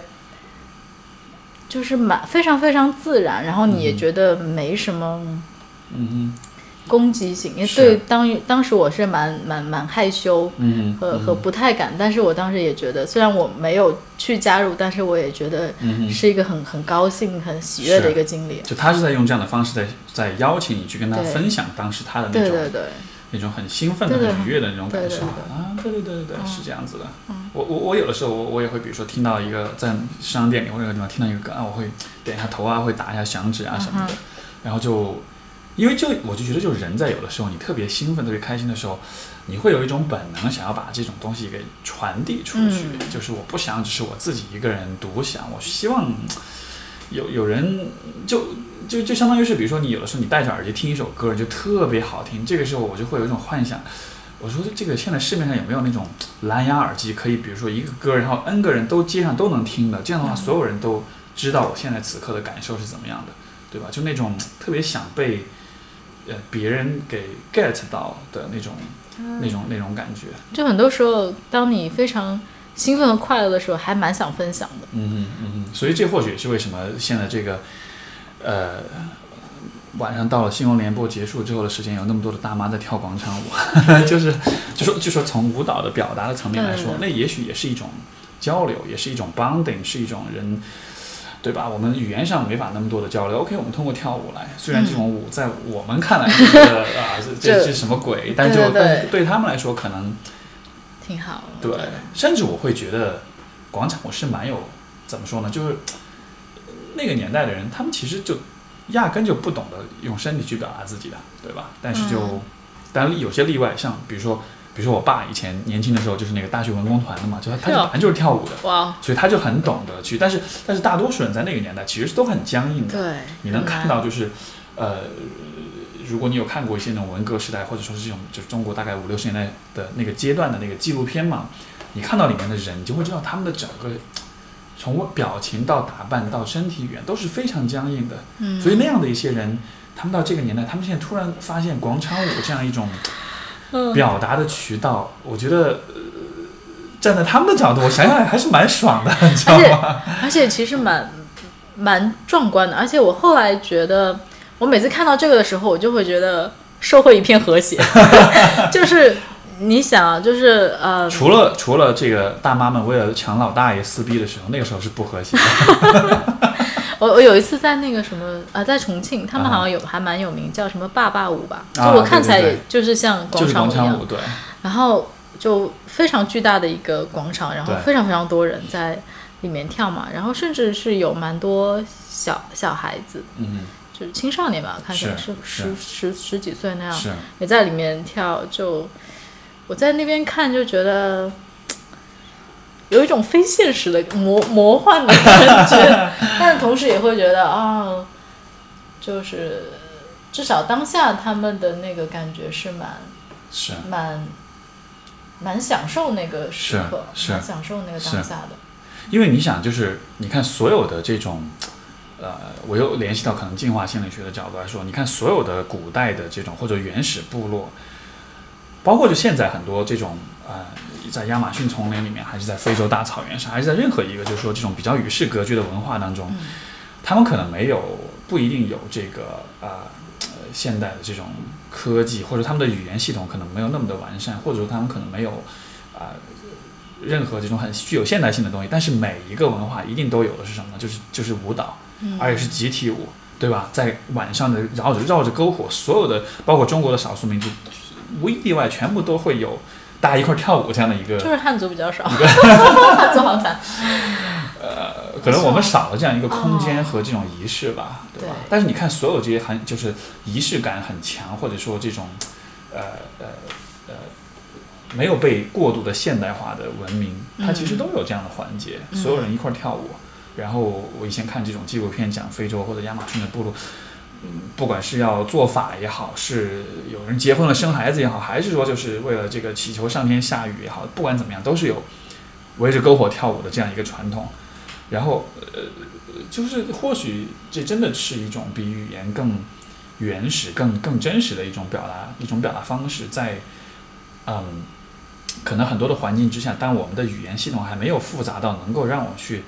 S2: 就是蛮非常非常自然，然后你也觉得没什么
S1: 嗯
S2: 攻击性，因为
S1: 是
S2: 对当当时我是蛮蛮蛮害羞
S1: 哼，嗯
S2: 和和不太敢，但是我当时也觉得，虽然我没有去加入，但是我也觉得
S1: 嗯哼，
S2: 是一个很很高兴、很喜悦的一个经历，
S1: 就他是在用这样的方式在在邀请你去跟他
S2: 对
S1: 分享当时他的那种
S2: 对对对。
S1: 那种很兴奋的、
S2: 对对
S1: 很愉悦的那种感
S2: 对对嗯
S1: 受
S2: 对
S1: 啊！对对对对对，是这样子的。我我我有的时候我我也会，比如说听到一个在商店里或者有个地方听到一个歌啊，我会点一下头啊，会打一下响指啊
S2: 嗯
S1: 什么的，然后就因为就我就觉得，就人在有的时候你特别兴奋、特别开心的时候，你会有一种本能想要把这种东西给传递出去，
S2: 嗯
S1: 就是我不想只是我自己一个人独享，我希望有有人就就就相当于是，比如说你有的时候你戴着耳机听一首歌，就特别好听，这个时候我就会有一种幻想。我说这个现在市面上有没有那种蓝牙耳机，可以比如说一个歌，然后 N 个人都接上都能听的，这样的话所有人都知道我现在此刻的感受是怎么样的，对吧？就那种特别想被呃别人给 get 到的那种、那种那种感觉，
S2: 就很多时候，当你非常兴奋和快乐的时候，还蛮想分享的。
S1: 嗯哼嗯哼，所以这或许也是为什么现在这个呃。晚上到了新闻联播结束之后的时间，有那么多的大妈在跳广场舞， 就是就说就说从舞蹈的表达的层面来说，
S2: 对
S1: 那也许也是一种交流，也是一种 bonding，是一种人对吧？我们语言上没法那么多的交流。OK，我们通过跳舞来，虽然这
S2: 嗯
S1: 种舞在我们看来是觉得啊， 这这
S2: 这
S1: 是什么鬼？但就
S2: 对对对
S1: 但对他们来说，可能
S2: 挺好。我
S1: 对
S2: 觉得，
S1: 甚至我会觉得广场舞是蛮有怎么说呢，就是呃那个年代的人，他们其实就压根就不懂得用身体去表达自己的，对吧？但是就、
S2: 嗯
S1: 但有些例外，像比如说，比如说我爸以前年轻的时候就是那个大学文工团的嘛，就他他
S2: 是
S1: 就
S2: 哦
S1: 本来就是跳舞的，
S2: 哇，哦
S1: 所以他就很懂得去，但是但是大多数人在那个年代其实都很僵硬的，
S2: 对，
S1: 你能
S2: 很
S1: 看
S2: 难
S1: 到就是，呃，如果你有看过一些那种文革时代，或者说是这种就是中国大概五六十年代的那个阶段的那个纪录片嘛，你看到里面的人，你就会知道他们的整个从表情到打扮到身体语言都是非常僵硬的，
S2: 嗯，
S1: 所以那样的一些人，他们到这个年代，他们现在突然发现广场舞这样一种
S2: 嗯
S1: 表达的渠道，我觉得。呃站在他们的角度，我想想还是蛮爽的，你知道
S2: 而且
S1: 吗？
S2: 而且其实蛮蛮壮观的，而且我后来觉得，我每次看到这个的时候，我就会觉得社会一片 和谐，就是你想啊，就是呃，
S1: 除了除了这个大妈们为了抢老大爷撕逼的时候，那个时候是不和谐的。
S2: 我我有一次在那个什么啊、在重庆，他们好像有、还蛮有名，叫什么坝坝舞吧，就
S1: 啊
S2: 我看起来
S1: 对对
S2: 也就是像
S1: 就
S2: 广
S1: 是广
S2: 场舞一样，
S1: 场舞，对，
S2: 然后就非常巨大的一个广场，然后
S1: 对
S2: 非常非常多人在里面跳嘛，然后甚至是有蛮多小小孩子，
S1: 嗯，
S2: 就是青少年吧，看起来
S1: 是
S2: 是十十十几岁那样，
S1: 是，
S2: 也在里面跳。就我在那边看，就觉得嘖有一种非现实的魔魔幻的 感觉，但同时也会觉得啊、就是至少当下他们的那个感觉是蛮
S1: 是，
S2: 蛮蛮享受那个时刻，
S1: 是是
S2: 蛮享受那个当下的。
S1: 因为你想，就是你看所有的这种，呃，我又联系到可能进化心理学的角度来说，你看所有的古代的这种或者原始部落，包括就现在很多这种呃，在亚马逊丛林里面，还是在非洲大草原上，还是在任何一个就是说这种比较与世隔绝的文化当中，他们可能没有不一定有这个呃呃现代的这种科技，或者他们的语言系统可能没有那么的完善，或者说他们可能没有啊、呃任何这种很具有现代性的东西。但是每一个文化一定都有的是什么呢？就是就是舞蹈，
S2: 嗯
S1: 而且是集体舞，对吧？在晚上的绕着绕着篝火，所有的包括中国的少数民族，无一例外全部都会有大家一块儿跳舞这样的一个
S2: 就是汉族比 较少，汉族好惨。
S1: 可能我们少了这样一个空间
S2: 哦
S1: 和这种仪式吧，对吧
S2: 对？
S1: 但是你看，所有这些很就是仪式感很强，或者说这种，呃呃呃，没有被过度的现代化的文明，它
S2: 嗯
S1: 其实都有这样的环节，所有人一块儿跳舞。然后我以前看这种纪录片讲非洲或者亚马逊的部落，嗯，不管是要做法也好，是有人结婚了生孩子也好，还是说就是为了这个祈求上天下雨也好，不管怎么样，都是有围着篝火跳舞的这样一个传统。然后呃，就是或许这真的是一种比语言更原始、更更真实的一种表达，一种表达方式在，嗯，可能很多的环境之下，当我们的语言系统还没有复杂到能够让我去，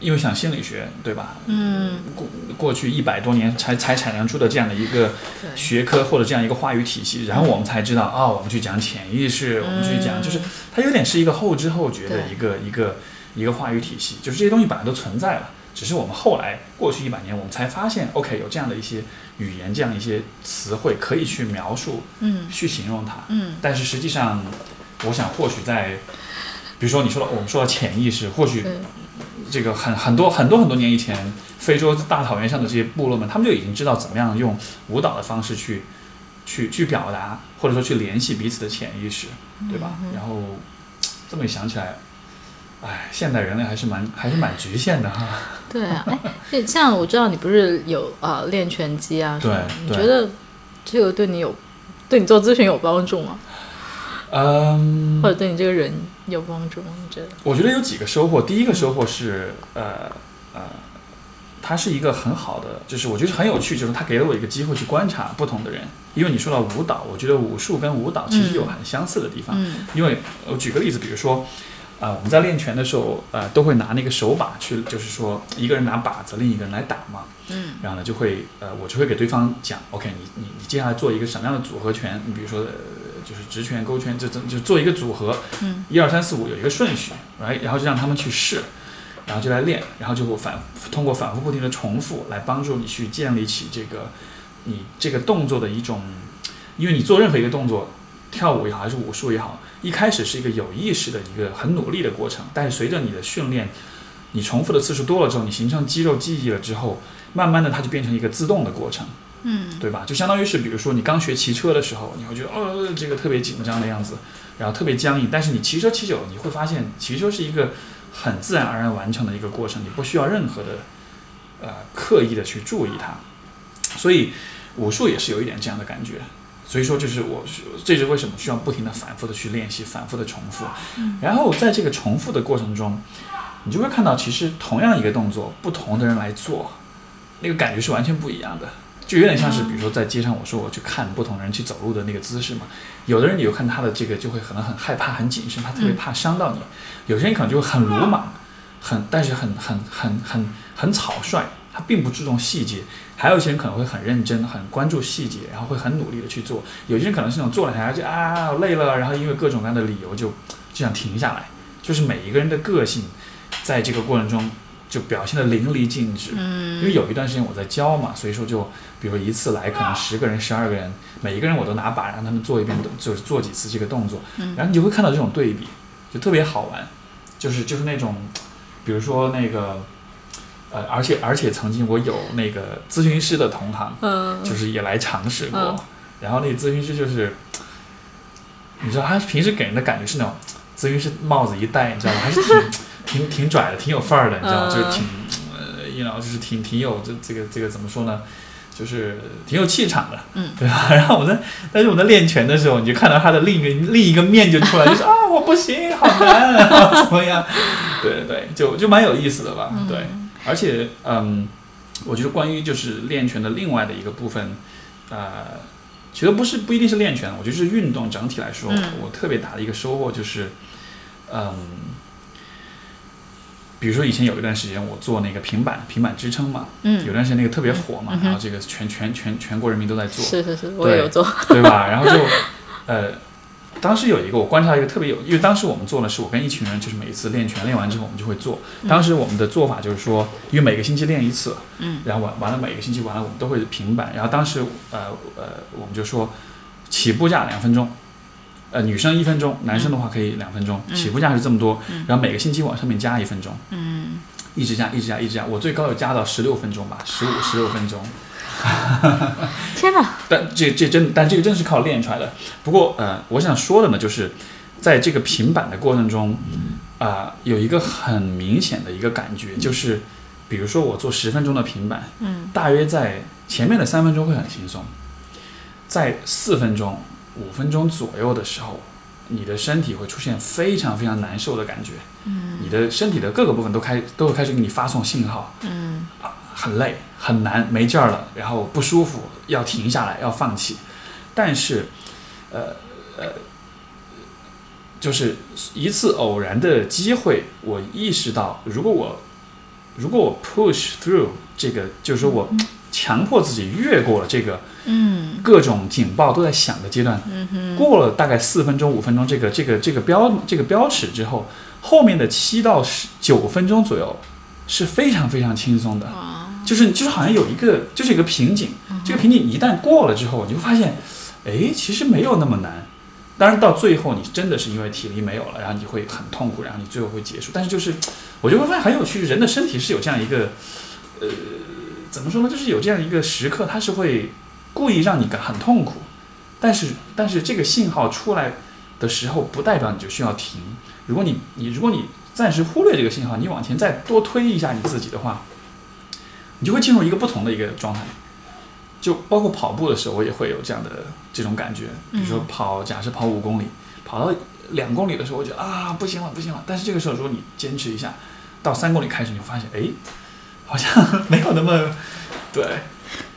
S1: 因为像心理学对吧？
S2: 嗯，
S1: 过过去一百多年才才产生出的这样的一个
S2: 对
S1: 学科或者这样一个话语体系，然后我们才知道啊、我们去讲潜意识，我们去讲，
S2: 嗯
S1: 就是它有点是一个后知后觉的
S2: 对
S1: 一个一个一个话语体系，就是这些东西本来都存在了，只是我们后来过去一百年，我们才发现，OK，有这样的一些语言，这样一些词汇可以去描述、
S2: 嗯
S1: 去形容它。
S2: 嗯，
S1: 但是实际上，我想或许在，比如说你说到我们说到潜意识，或许
S2: 对，
S1: 这个很很多很多很多年以前，非洲大草原上的这些部落们，他们就已经知道怎么样用舞蹈的方式去去去表达，或者说去联系彼此的潜意识，对吧？然后这么一想起来，哎，现代人类还是蛮还是蛮局限的哈。
S2: 对 啊。哎，这像我知道你不是有啊、呃练拳击啊什么的，
S1: 对
S2: 你
S1: 对
S2: 觉得这个对你有对你做咨询有帮助吗？
S1: 嗯，
S2: 或者对你这个人有帮助吗？你觉得？
S1: 我觉得有几个收获。第一个收获是，呃呃，它是一个很好的，就是我觉得很有趣，就是它给了我一个机会去观察不同的人。因为你说到舞蹈，我觉得武术跟舞蹈其实有很相似的地方。
S2: 嗯
S1: 因为我举个例子，比如说，呃，我们在练拳的时候，呃，都会拿那个手把去，就是说一个人拿靶子，另一个人来打嘛。
S2: 嗯
S1: 然后呢，就会呃，我就会给对方讲，OK，你你你接下来做一个什么样的组合拳？你比如说，呃，就是直拳、勾拳，就就就做一个组合，
S2: 嗯
S1: 一二三四五有一个顺序，来，然后就让他们去试。然后就来练，然后就反通过反复不停的重复来帮助你去建立起这个你这个动作的一种，因为你做任何一个动作，跳舞也好还是武术也好，一开始是一个有意识的一个很努力的过程，但是随着你的训练，你重复的次数多了之后，你形成肌肉记忆了之后，慢慢的它就变成一个自动的过程。
S2: 嗯，
S1: 对吧？就相当于是，比如说你刚学骑车的时候，你会觉得哦，这个特别紧张的样子，然后特别僵硬。但是你骑车骑久了，你会发现骑车是一个很自然而然完成的一个过程，你不需要任何的呃刻意的去注意它。所以武术也是有一点这样的感觉。所以说，就是我这是为什么需要不停的反复的去练习，反复的重复。然后在这个重复的过程中，你就会看到，其实同样一个动作，不同的人来做，那个感觉是完全不一样的。就有点像是，比如说在街上，我说我去看不同人去走路的那个姿势嘛。有的人你就看他的这个就会可能很害怕、很谨慎，他特别怕伤到你；有些人可能就很鲁莽，很但是很很很很很草率，他并不注重细节；还有一些人可能会很认真、很关注细节，然后会很努力的去做；有些人可能是那种做了还就啊累了，然后因为各种各样的理由就就想停下来。就是每一个人的个性，在这个过程中就表现的淋漓尽致。
S2: 嗯
S1: 因为有一段时间我在教嘛，所以说就比如一次来可能十个人、十二个人，每一个人我都拿把让他们做一遍，就是做几次这个动作，
S2: 嗯
S1: 然后你就会看到这种对比，就特别好玩，就是就是那种，比如说那个，呃，而且而且曾经我有那个咨询师的同行，
S2: 嗯，
S1: 就是也来尝试过，
S2: 嗯
S1: 然后那个咨询师就是，你知道他平时给人的感觉是那种咨询师帽子一戴，你知道吗？还是挺 挺挺拽的，挺有范儿的，你知
S2: 嗯
S1: 道吗？就是挺呃，一 you know，就是挺挺有这这个这个怎么说呢？就是挺有气场的，
S2: 嗯，
S1: 对吧？ 然后我在，但是我在练拳的时候，你就看到他的另一个另一个面就出来，就是啊，我不行，好难，啊，怎么样？对对对，就就蛮有意思的吧，
S2: 嗯
S1: 对，而且嗯，我觉得关于就是练拳的另外的一个部分，呃，其实不是不一定是练拳，我觉得是运动整体来说，
S2: 嗯
S1: 我特别大的一个收获就是，嗯，比如说以前有一段时间我做那个平板平板支撑嘛，
S2: 嗯
S1: 有段时间那个特别火嘛，
S2: 嗯哼
S1: 然后这个全全全全国人民都在做，
S2: 是是是，我也有做，
S1: 对吧？然后就，呃，当时有一个我观察到一个特别有，因为当时我们做的是我跟一群人，就是每一次练拳练完之后我们就会做。当时我们的做法就是说，因为每个星期练一次，
S2: 嗯，
S1: 然后完完了每个星期完了我们都会平板。然后当时呃呃我们就说，起步价两分钟。呃，女生一分钟，男生的话可以两分钟，
S2: 嗯
S1: 起步价是这么多，
S2: 嗯
S1: 然后每个星期往上面加一分钟，
S2: 嗯，
S1: 一直加，一直加，一直加，我最高有加到十六分钟吧，十五、十六分钟，
S2: 天哪，
S1: 但这这真，但这个真是靠练出来的。不过，呃，我想说的呢，就是在这个平板的过程中，啊、有一个很明显的一个感觉，就是比如说我做十分钟的平板，
S2: 嗯
S1: 大约在前面的三分钟会很轻松，在四分钟、五分钟左右的时候，你的身体会出现非常非常难受的感觉，
S2: 嗯
S1: 你的身体的各个部分都开都会开始给你发送信号，
S2: 嗯
S1: 啊，很累、很难、没劲儿了，然后不舒服，要停下来，要放弃。但是，呃呃，就是一次偶然的机会，我意识到，如果我如果我 push through 这个，就是说我强迫自己越过了这个
S2: 嗯
S1: 各种警报都在响的阶段，
S2: 嗯哼，
S1: 过了大概四分钟、五分钟这个这个这个标这个标尺之后，后面的七到十九分钟左右是非常非常轻松的。
S2: 啊，
S1: 就是就是好像有一个就是有一个瓶颈，这个瓶颈一旦过了之后，你会发现，哎，其实没有那么难。当然到最后你真的是因为体力没有了，然后你会很痛苦，然后你最后会结束。但是就是我就会发现很有趣，人的身体是有这样一个，呃，怎么说呢，就是有这样一个时刻，它是会故意让你感很痛苦，但是但是这个信号出来的时候，不代表你就需要停。如果你你如果你暂时忽略这个信号，你往前再多推一下你自己的话，你就会进入一个不同的一个状态。就包括跑步的时候，我也会有这样的这种感觉。比如说跑，假设跑五公里，跑到两公里的时候，我觉得啊不行了，不行了。但是这个时候，如果你坚持一下，到三公里开始，你会发现，哎，好像没有那么对，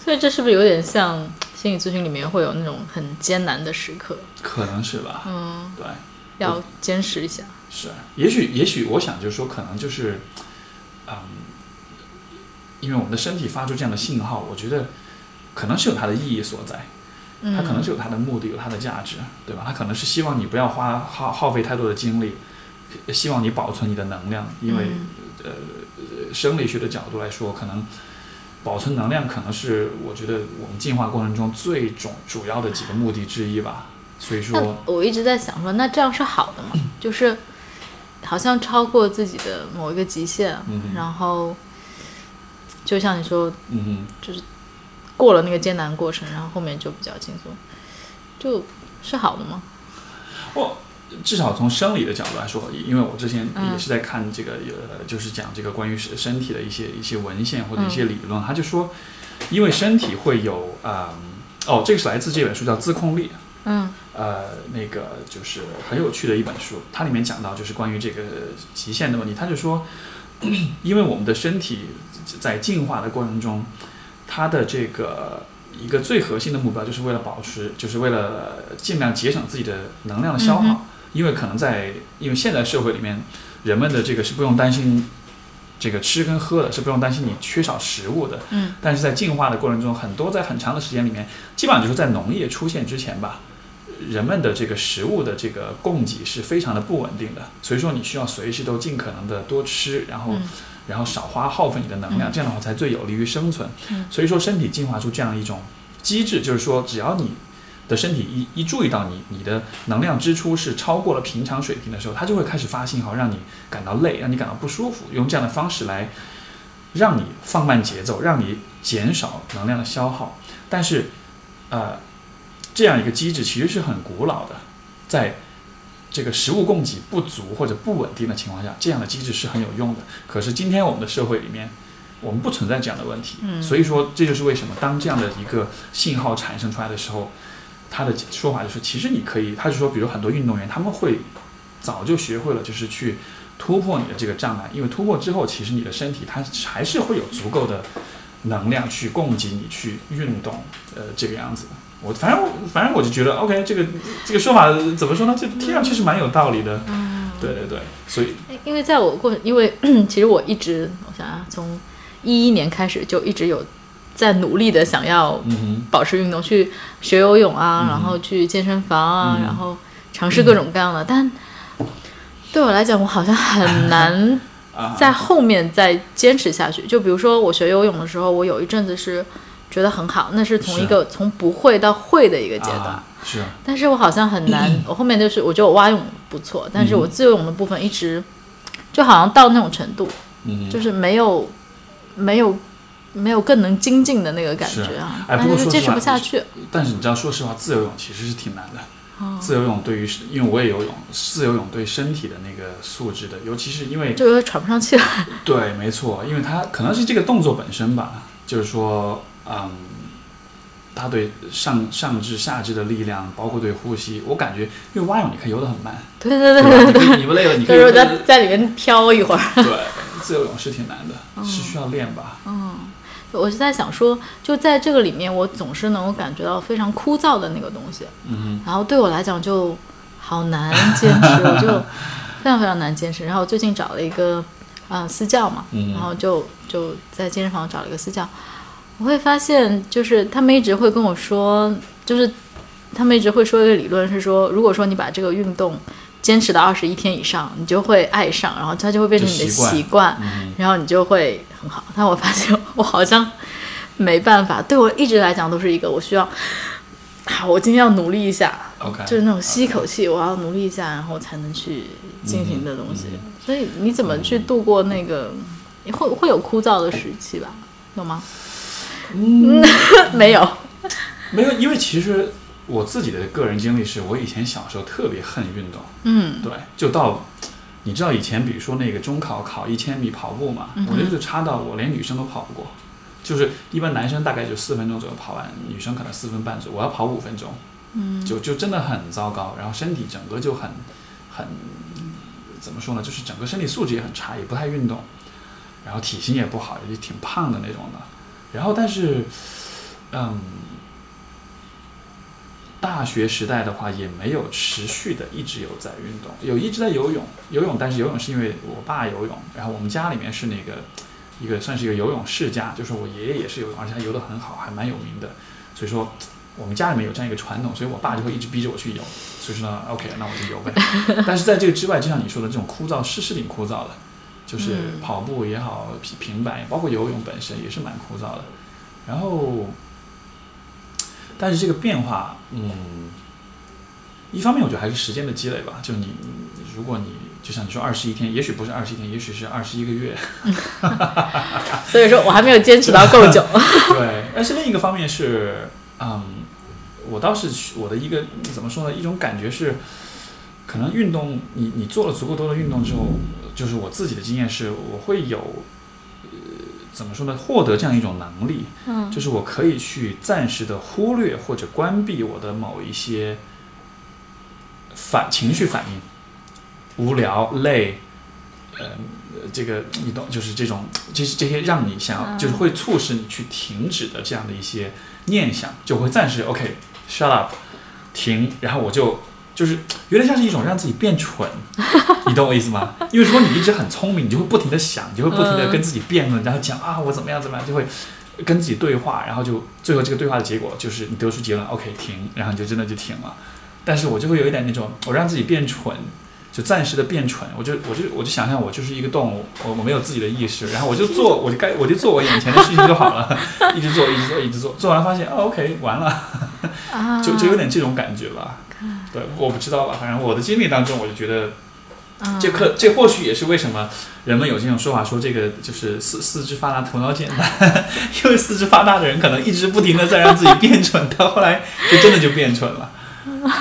S2: 所以这是不是有点像心理咨询里面会有那种很艰难的时刻？
S1: 可能是吧？
S2: 嗯，
S1: 对，
S2: 要坚持一下。
S1: 是，也许也许我想就是说，可能就是，嗯，因为我们的身体发出这样的信号，我觉得可能是有它的意义所在。
S2: 嗯，
S1: 它可能是有它的目的，有它的价值，对吧？它可能是希望你不要花耗耗费太多的精力，呃希望你保存你的能量，因为
S2: 嗯
S1: 呃生理学的角度来说，可能保存能量可能是我觉得我们进化过程中最重主要的几个目的之一吧。所以
S2: 那
S1: 说，
S2: 我一直在想说，那这样是 好的吗？就是好像超过自己的某一个极限，
S1: 嗯
S2: 然后就像你说，
S1: 嗯哼，
S2: 过了那个艰难过程，然后后面就比较轻松，就是好的吗？
S1: 我至少从生理的角度来说，因为我之前
S2: 嗯
S1: 也是在看这个，呃，就是讲这个关于身身体的一些一些文献或者一些理论，他就说，因为身体会有，啊，哦，这个是来自这本书叫《自控力》，
S2: 嗯
S1: 呃，那个就是很有趣的一本书，它里面讲到就是关于这个极限的问题。它就说， 因为我们的身体在进化的过程中，它的这个一个最核心的目标就是为了保持，就是为了尽量节省自己的能量的消耗。
S2: 嗯
S1: 因为可能在因为现代社会里面，人们的这个是不用担心这个吃跟喝的，是不用担心你缺少食物的。
S2: 嗯
S1: 但是在进化的过程中，很多在很长的时间里面，基本上就是在农业出现之前吧，人们的这个食物的这个供给是非常的不稳定的，所以说你需要随时都尽可能的多吃，然后、
S2: 嗯
S1: 然后少花耗费你的能量，这样的话才最有利于生存。
S2: 嗯
S1: 所以说身体进化出这样一种机制，就是说只要你的身体一一注意到你你的能量支出是超过了平常水平的时候，它就会开始发信号让你感到累，让你感到不舒服，用这样的方式来让你放慢节奏，让你减少能量的消耗。但是，呃，这样一个机制其实是很古老的，在这个食物供给不足或者不稳定的情况下，这样的机制是很有用的。可是今天我们的社会里面，我们不存在这样的问题，
S2: 嗯
S1: 所以说这就是为什么当这样的一个信号产生出来的时候，他的说法就是，其实你可以，他就说，比如很多运动员他们会早就学会了，就是去突破你的这个障碍，因为突破之后，其实你的身体它还是会有足够的能量去供给你去运动，呃，这个样子。我反正我反正我就觉得，OK，这个这个说法怎么说呢？这听上去是蛮有道理的。
S2: 嗯，
S1: 对对对，所以
S2: 因因为在我过，因为 其实我一直我想啊，从一一年开始就一直有在努力的想要
S1: 嗯哼，
S2: 保持运动，去学游泳啊，
S1: 嗯
S2: 然后去健身房啊，
S1: 嗯
S2: 然后尝试各种各样的。但对我来讲，我好像很 难
S1: 啊，
S2: 在后面再坚持下去。就比如说我学游泳的时候，我有一阵子是觉得很好，那是从
S1: 是
S2: 一个从不会到会的一个阶段。
S1: 啊、是
S2: 但是我好像 很难，我后面就是我觉得我蛙泳不错，但
S1: 嗯
S2: 是我自由泳的部分一直就好像到那种程度，
S1: 嗯哼，
S2: 就是没有没有没有更能精进的那个感
S1: 是
S2: 觉啊，
S1: 哎
S2: 但
S1: 不过
S2: 是
S1: 说
S2: 就坚
S1: 实
S2: 持
S1: 话
S2: 不下去。
S1: 但是你知道，说实话，自由泳其实是挺难的。
S2: 哦
S1: 自由泳对于，因为我也游泳，自由泳对身体的那个素质的，尤其是因为
S2: 就有点喘不上气 了。
S1: 对，没错，因为它可能是这个动作本身吧，就是说，嗯，它对上上肢、下肢的力量，包括对呼吸，我感觉，因为蛙泳你可以游得很慢，
S2: 对
S1: 对
S2: 对对
S1: 吧
S2: 对
S1: 你可以你不累了，你可
S2: 所以
S1: 以
S2: 说
S1: 游
S2: 在
S1: 得。
S2: 在里面飘一会儿。
S1: 对，自由泳是挺难
S2: 哦
S1: 的，是需要练吧？
S2: 嗯我是在想说，就在这个里面，我总是能够感觉到非常枯燥的那个东西，
S1: 嗯
S2: 然后对我来讲就好难坚持， 我就非常非常难坚持。然后最近找了一个啊、呃私教嘛，
S1: 嗯
S2: 然后就就在健身房找了一个私教，我会发现就是他们一直会跟我说，就是他们一直会说一个理论是说，如果说你把这个运动坚持到二十一天以上，你就会爱上，然后它就会变成你的
S1: 就习惯
S2: 习惯，
S1: 嗯
S2: 然后你就会很好。但我发现我好像没办法，对我一直来讲都是一个我需要，好，我今天要努力一下，
S1: ，OK，
S2: 啊
S1: 啊
S2: 就是那种吸一口气，我要努力一下，然后才能去进行的东西。所以你怎么去度过那个？会会有枯燥的时期吧？有吗？嗯，没有。
S1: 没有，因为其实我自己的个人经历是，我以前小时候特别恨运动，
S2: 嗯
S1: 对，就到你知道以前，比如说那个中考考一千米跑步嘛，
S2: 嗯
S1: 我那时候差到我连女生都跑不过，就是一般男生大概就四分钟左右跑完，女生可能四分半左右，我要跑五分钟，
S2: 嗯
S1: 就就真的很糟糕，然后身体整个就很很怎么说呢，就是整个身体素质也很差，也不太运动，然后体型也不好，也挺胖的那种的。然后但是，嗯，大学时代的话也没有持续的一直有在运动，有一直在游泳，游泳，但是游泳是因为我爸游泳，然后我们家里面是那个一个算是一个游泳世家，就是我爷爷也是游泳，而且他游得很好，还蛮有名的，所以说。我们家里面有这样一个传统，所以我爸就会一直逼着我去游。所以说呢，OK，那我就游呗。但是在这个之外，就像你说的，这种枯燥是是挺枯燥的，就是跑步也好，平平板，包括游泳本身也是蛮枯燥的。然后，但是这个变化，嗯，一方面我觉得还是时间的积累吧。就你，你如果你就像你说二十一天，也许不是二十一天，也许是二十一个月。
S2: 所以说我还没有坚持到够久。
S1: 对，但是另一个方面是，嗯，我倒是我的一个怎么说呢，一种感觉是，可能运动，你你做了足够多的运动之后，就是我自己的经验是，我会有，呃，怎么说呢，获得这样一种能力，
S2: 嗯
S1: 就是我可以去暂时的忽略或者关闭我的某一些反情绪反应，无聊、累，呃，这个你懂，就是这种这这些让你想要，
S2: 嗯
S1: 就是会促使你去停止的这样的一些念想，就会暂时 OK shut up 停，然后我就就是有点像是一种让自己变蠢，你懂我意思吗？因为如果你一直很聪明，你就会不停的想，你就会不停的跟自己辩论，然后讲啊我怎么样怎么样，就会跟自己对话，然后就最后这个对话的结果就是你得出结论 OK 停，然后你就真的就停了。但是我就会有一点那种，我让自己变蠢，就暂时的变蠢，我就我就我就想象我就是一个动物，我我没有自己的意识，然后我就做我就该我就做我眼前的事情就好了， 一直做一直做一直做，做完发现哦 OK 完了，
S2: 啊，
S1: 就就有点这种感觉吧。对，我不知道吧，反正我的经历当中，我就觉得
S2: 啊
S1: 这可这或许也是为什么人们有这种说法，说这个就是四四肢发达头脑简单， 因为四肢发达的人可能一直不停的在让自己变蠢，到后来就真的就变蠢了，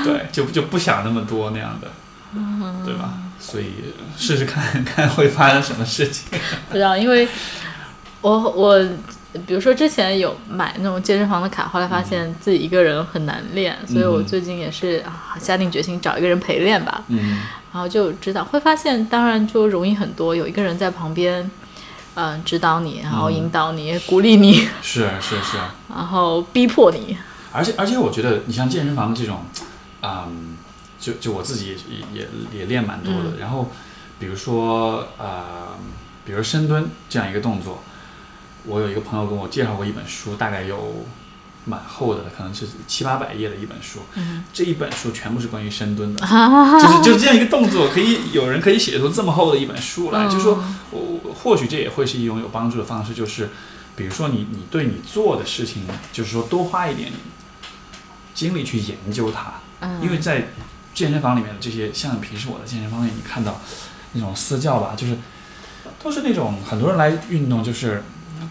S1: 对，就就不想那么多那样的，对吧？所以试试看看会发生什么事情。
S2: 不知道，因为我我比如说之前有买那种健身房的卡，后来发现自己一个人很难练，所以我
S1: 嗯
S2: 最近也是啊下定决心找一个人陪练吧。
S1: 嗯
S2: 然后就指导，会发现当然就容易很多，有一个人在旁边，嗯、指导你，然后引导你、鼓励你，
S1: 是啊是是，
S2: 然后逼迫你。
S1: 而且而且我觉得你像健身房的这种，嗯，就就我自己也也也练蛮多
S2: 嗯
S1: 的。然后比如说呃，比如深蹲这样一个动作，我有一个朋友跟我介绍过一本书，大概有蛮厚的，可能是七八百页的一本书。
S2: 嗯
S1: 这一本书全部是关于深 蹲的，
S2: 啊，
S1: 就是就是这样一个动作，可以有人可以写出这么厚的一本书来，
S2: 嗯
S1: 就说我我或许这也会是一种有帮助的方式，就是比如说你你对你做的事情，就是说多花一点精力去研究它，
S2: 嗯
S1: 因为在健身房里面的这些，像平时我在健身房里你看到那种私教吧，就是都是那种很多人来运动就是。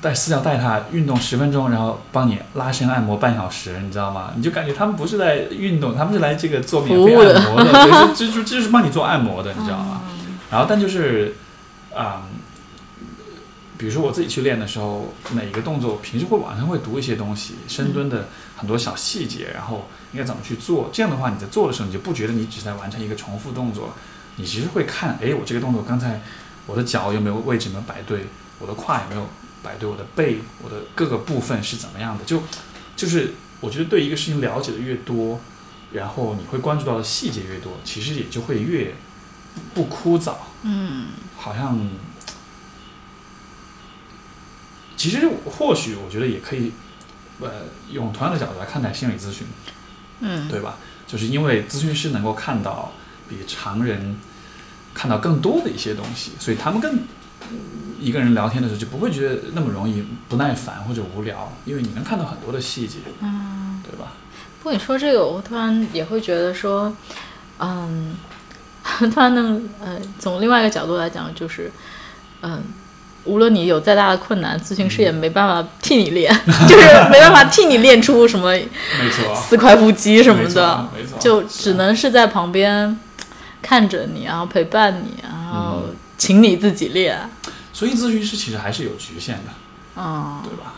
S1: 带私教带他运动十分钟，然后帮你拉伸按摩半小时，你知道吗？你就感觉他们不是来运动，他们是来这个做免费
S2: 服务的
S1: 按摩的，对，是就是就是帮你做按摩的，你知道啊吗？然后但就是，啊、比如说我自己去练的时候，每一个动作平时会网上会读一些东西，深蹲的很多小细节，然后应该怎么去做。这样的话，你在做的时候，你就不觉得你只是在完成一个重复动作了，你其实会看，哎，我这个动作刚才我的脚有没有位置有没有摆对，我的胯有没有摆对，我的背，我的各个部分是怎么样的，就就是我觉得对一个事情了解的越多，然后你会关注到的细节越多，其实也就会越不枯燥。
S2: 嗯
S1: 好像，其实或许我觉得也可以，呃，用同样的角度来看待心理咨询，
S2: 嗯，
S1: 对吧？就是因为咨询师能够看到比常人看到更多的一些东西，所以他们更一个人聊天的时候就不会觉得那么容易不耐烦或者无聊，因为你能看到很多的细节，
S2: 嗯。
S1: 对吧？
S2: 不过你说这个，我突然也会觉得说，嗯， 突然能呃，从另外一个角度来讲，就是，嗯，无论你有再大的困难，咨询师也没办法替你 练，就是没办法替你练出什么
S1: 没错，
S2: 四块腹肌什么
S1: 没
S2: 的
S1: 错，没错，
S2: 就是只能是在旁边看着你，然后陪伴你，然后
S1: 嗯
S2: 请你自己练。
S1: 所以咨询师其实还是有局限的，
S2: 嗯，
S1: 对吧？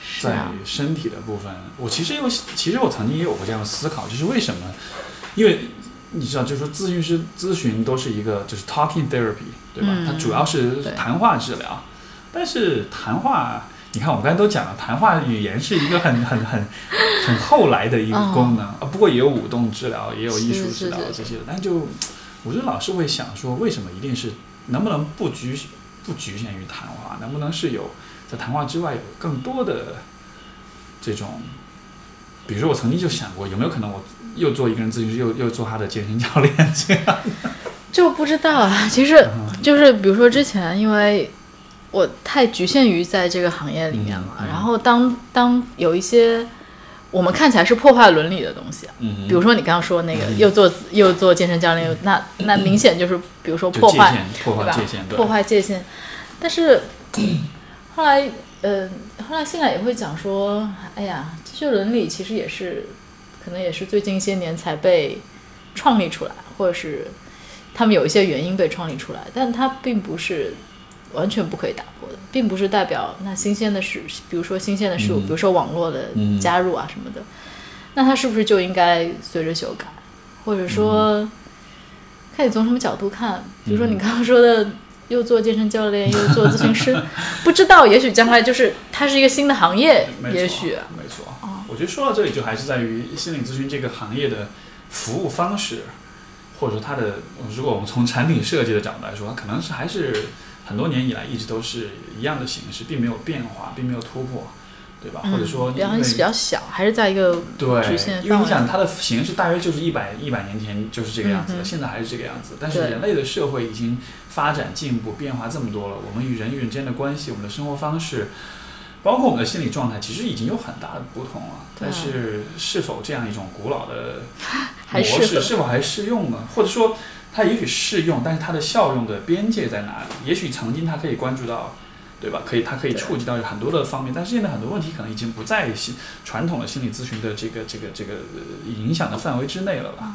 S2: 是
S1: 在
S2: 啊，
S1: 身体的部分，我其实有，其实我曾经也有过这样的思考，就是为什么？因为你知道，就是说咨询师咨询都是一个就是 talking therapy，对吧？
S2: 嗯
S1: 它主要是
S2: 对
S1: 谈话治疗，但是谈话，你看我们刚才都讲了，谈话语言是一个很很很很后来的一
S2: 嗯
S1: 个功能、啊。不过也有舞动治疗，也有艺术
S2: 是是
S1: 治疗
S2: 是
S1: 这些的，但就我就老是会想说，为什么一定是能不能不局不局限于谈话，能不能是有在谈话之外有更多的这种，比如说我曾经就想过，有没有可能我又做一个人咨询师，又又做他的健身教练，这样
S2: 就不知道啊。其实就是比如说之前，因为我太局限于在这个行业里面了，
S1: 嗯
S2: 然后当当有一些我们看起来是破坏伦理的东西，啊
S1: 嗯
S2: 比如说你刚刚说那个又做又做健身教练，又那那明显就是比如说
S1: 就
S2: 破
S1: 界
S2: 坏
S1: 限破
S2: 对
S1: 坏
S2: 吧
S1: 界限，对
S2: 破坏界限。但是后来，呃，后来现在也会讲说，哎呀，这些伦理其实也是，可能也是最近一些年才被创立出来，或者是他们有一些原因被创立出来，但它并不是完全不可以打破的，并不是代表那新鲜的事，比如说新鲜的事物，
S1: 嗯
S2: 比如说网络的
S1: 嗯
S2: 加入啊什么的，那它是不是就应该随着修改，或者说？
S1: 嗯
S2: 看你从什么角度看，比如说你刚刚说的，又做健身 教练，又做咨询师，不知道，也许将来就是它是一个新的行业
S1: 没，错啊
S2: 也许，哦
S1: 没错。我觉得说到这里，就还是在于心理咨询这个行业的服务方式，或者说它的，如果我们从产品设计的角度来说，它可能是还是很多年以来一直都是一样的形式，并没有变化，并没有突破，对吧？
S2: 嗯
S1: 或者说
S2: 比
S1: 因
S2: 较
S1: 为
S2: 比较小，还是在一个局限
S1: 对，因为
S2: 范
S1: 你
S2: 围
S1: 想它的形式大约就是一百一百年前就是这个样子
S2: 嗯
S1: 的，
S2: 哼
S1: 现在还是这个样子。但是
S2: 对
S1: 人类的社会已经发展进步变化这么多了，我们与人与人之间的关系，我们的生活方式，包括我们的心理状态，其实已经有很大的不同了。
S2: 对
S1: 但
S2: 啊
S1: 是是否这样一种古老的
S2: 还
S1: 模
S2: 适合
S1: 式是否还适用呢？或者说它也许适用，但是它的效用的边界在哪里？也许曾经它可以关注到。对吧？可以，它可以
S2: 对
S1: 触及到很多的方面，但是现在很多问题可能已经不在心传统的心理咨询的这个这个这个呃影响的范围之内了吧？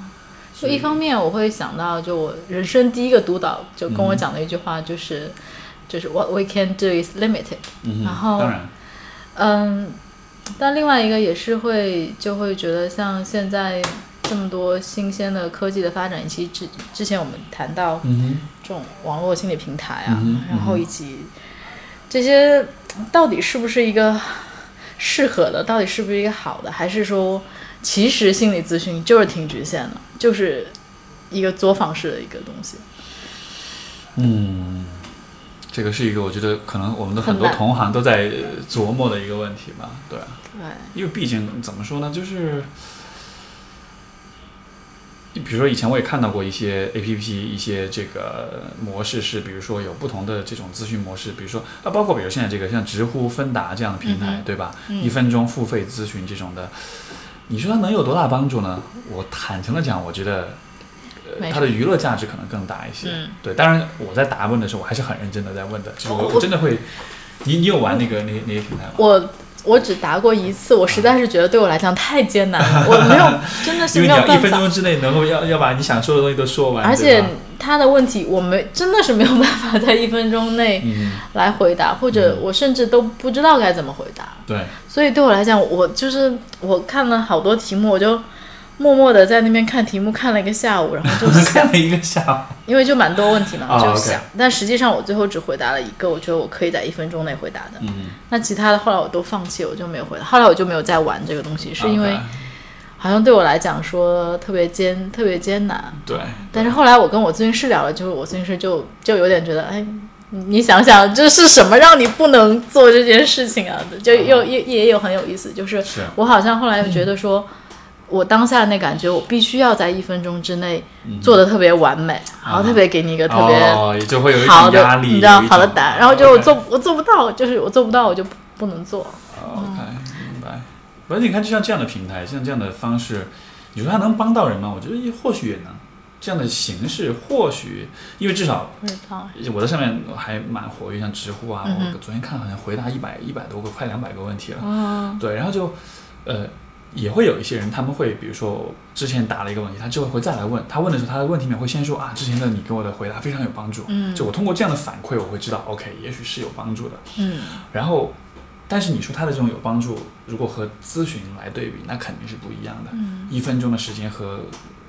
S2: 就一方面，我会想到，就我人生第一个督导就跟我
S1: 嗯
S2: 讲的一句话，就是、就是 What we can do is limited。
S1: 嗯哼
S2: 然后
S1: 当然，
S2: 嗯，但另外一个也是会就会觉得，像现在这么多新鲜的科技的发展，以及之之前我们谈到，
S1: 嗯
S2: 这种网络心理平台啊，
S1: 嗯哼
S2: 然后
S1: 嗯哼
S2: 以及这些到底是不是一个适合的，到底是不是一个好的，还是说其实心理咨询就是挺局限的，就是一个作坊式的一个东西。
S1: 哼，嗯，这个是一个我觉得可能我们的很
S2: 很
S1: 多
S2: 难
S1: 同行都在呃琢磨的一个问题吧，对啊
S2: 对，
S1: 因为毕竟怎么说呢，就是，你比如说以前我也看到过一些 A P P 一些这个模式是，比如说有不同的这种咨询模式，比如说啊，包括比如现在这个像知乎、芬达这样的平台，
S2: 嗯哼
S1: 对吧？
S2: 嗯
S1: 一分钟付费咨询这种的，你说它能有多大帮助呢？我坦诚的讲，我觉得。
S2: 没
S1: 呃，
S2: 什
S1: 它的娱乐价值可能更大一些。
S2: 嗯哦
S1: 对，当然我在答问的时候，我还是很认真的在问的，就是我
S2: 我
S1: 我真的会，你你有玩那个那那些平台吗？
S2: 我我只答过一次，我实在是觉得对我来讲太艰 难了，我没有真的是
S1: 因为你
S2: 没有
S1: 要一
S2: 办
S1: 分
S2: 法，
S1: 钟之内能够要要把你想说的东西都说完，
S2: 而
S1: 对
S2: 且
S1: 吧
S2: 他的问题我没真的是没有办法在一分钟内
S1: 嗯，
S2: 来回答，或者我甚至都不知道该怎么回答。
S1: 对，
S2: 所以对我来讲，我就是我看了好多题目，我就默默的在那边看题目，看了一个下午，然 后就想，
S1: 看了一个下 午，
S2: 因为就蛮多问题嘛，
S1: 啊
S2: 我就
S1: OK
S2: 想。但实际上我最后只回答了一个，我觉得我可以在一分钟内回答的。
S1: 嗯，
S2: 那其他的后来我都放弃，我就没有回答。后来我就没有再玩这个东西，是因为
S1: 啊 OK，
S2: 好像对我来讲说特别艰特别艰难。
S1: 对，
S2: 但是后来我跟我咨询师聊了，就是我咨询师就就有点觉得，哎，你你想想，这是什么让你不能做这件事情啊？就又也也有很有意思，就是
S1: 是
S2: 我好像后来觉得说，
S1: 嗯
S2: 我当下那感觉，我必须要在一分钟之内做的特别完美，然后特别给你一个特别
S1: 嗯哦，也就会有一
S2: 好
S1: 种
S2: 的，
S1: 压力，
S2: 你知道
S1: 有一
S2: 好的
S1: 种哦
S2: 答案，然后就我
S1: OK
S2: 做我做不到，就是我做不到，我就不不能做。
S1: ，OK，明白。反正你看，就像这样的平台，像这样的方式，你说它能帮到人吗？我觉得也或许也能。这样的形式或许，因为至少
S2: 不知道，
S1: 我在上面还蛮活跃，像知乎啊，
S2: 嗯哼
S1: 我昨天看好像回答一百一百多个，快两百个问题了。
S2: 嗯，
S1: 对，然后就，呃，也会有一些人，他们会比如说之前答了一个问题，他之后会再来问，他问的时候，他的问题里面会先说啊，之前的你给我的回答非常有帮助，
S2: 嗯
S1: 就我通过这样的反馈，我会知道，OK，也许是有帮助的。
S2: 嗯，
S1: 然后，但是你说他的这种有帮助，如果和咨询来对比，那肯定是不一样的，
S2: 嗯
S1: 一分钟的时间和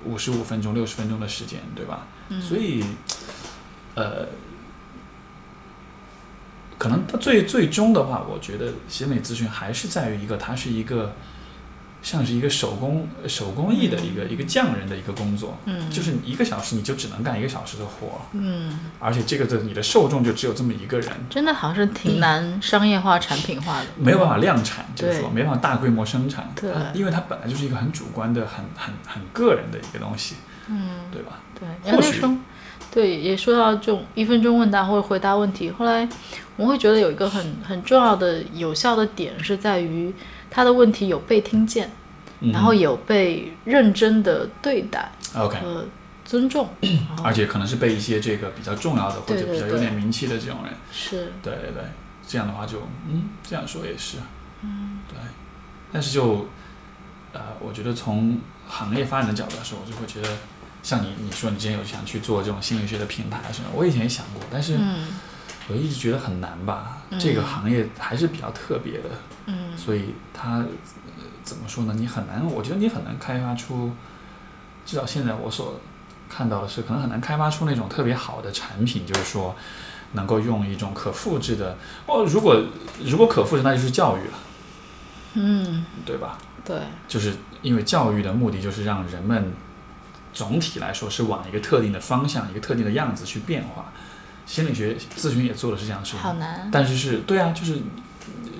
S1: 五十五分钟、六十分钟的时间，对吧？
S2: 嗯
S1: 所以，呃，可能它最最终的话，我觉得心理咨询还是在于一个，它是一个像是一个手工手工艺的一个、一个匠人的一个工作，
S2: 嗯
S1: 就是你一个小时你就只能干一个小时的活，
S2: 嗯，
S1: 而且这个的你的受众就只有这么一个人，
S2: 真的好像是
S1: 嗯
S2: 挺难商业化、产品化的。
S1: 没有办法量产，就是
S2: 对
S1: 说没办法大规模生产，
S2: 对
S1: 它因为它本来就是一个很主观的、很很很个人的一个东西，
S2: 嗯，
S1: 对吧？
S2: 对。然
S1: 或
S2: 后那
S1: 许
S2: 时候，对也说到这种一分钟问答或者回答问题，后来我们会觉得有一个很很重要的有效的点是在于他的问题有被听见，
S1: 嗯
S2: 然后有被认真的对待
S1: OK，
S2: 和尊 重，然后
S1: 而且可能是被一些这个比较重要的或者
S2: 对对
S1: 比较有点名气的这种人，
S2: 是
S1: 对对对，这样的话就嗯，这样说也是，嗯，对，但是就呃，我觉得从行业发展的角度来说，我就会觉得。像你，你说你之前有想去做这种心理学的平台什么，我以前也想过，但是
S2: 嗯
S1: 我一直觉得很难吧。
S2: 嗯
S1: 这个行业还是比较特别的，
S2: 嗯
S1: 所以它、呃怎么说呢？你很难，我觉得你很难开发出，至少现在我所看到的是，可能很难开发出那种特别好的产品，就是说能够用一种可复制的。哦，如果如果可复制，那就是教育了，
S2: 嗯，
S1: 对吧？
S2: 对，
S1: 就是因为教育的目的就是让人们总体来说是往一个特定的方向、一个特定的样子去变化。心理学咨询也做的是这样的事情，
S2: 好难，
S1: 但是是对啊，就是呃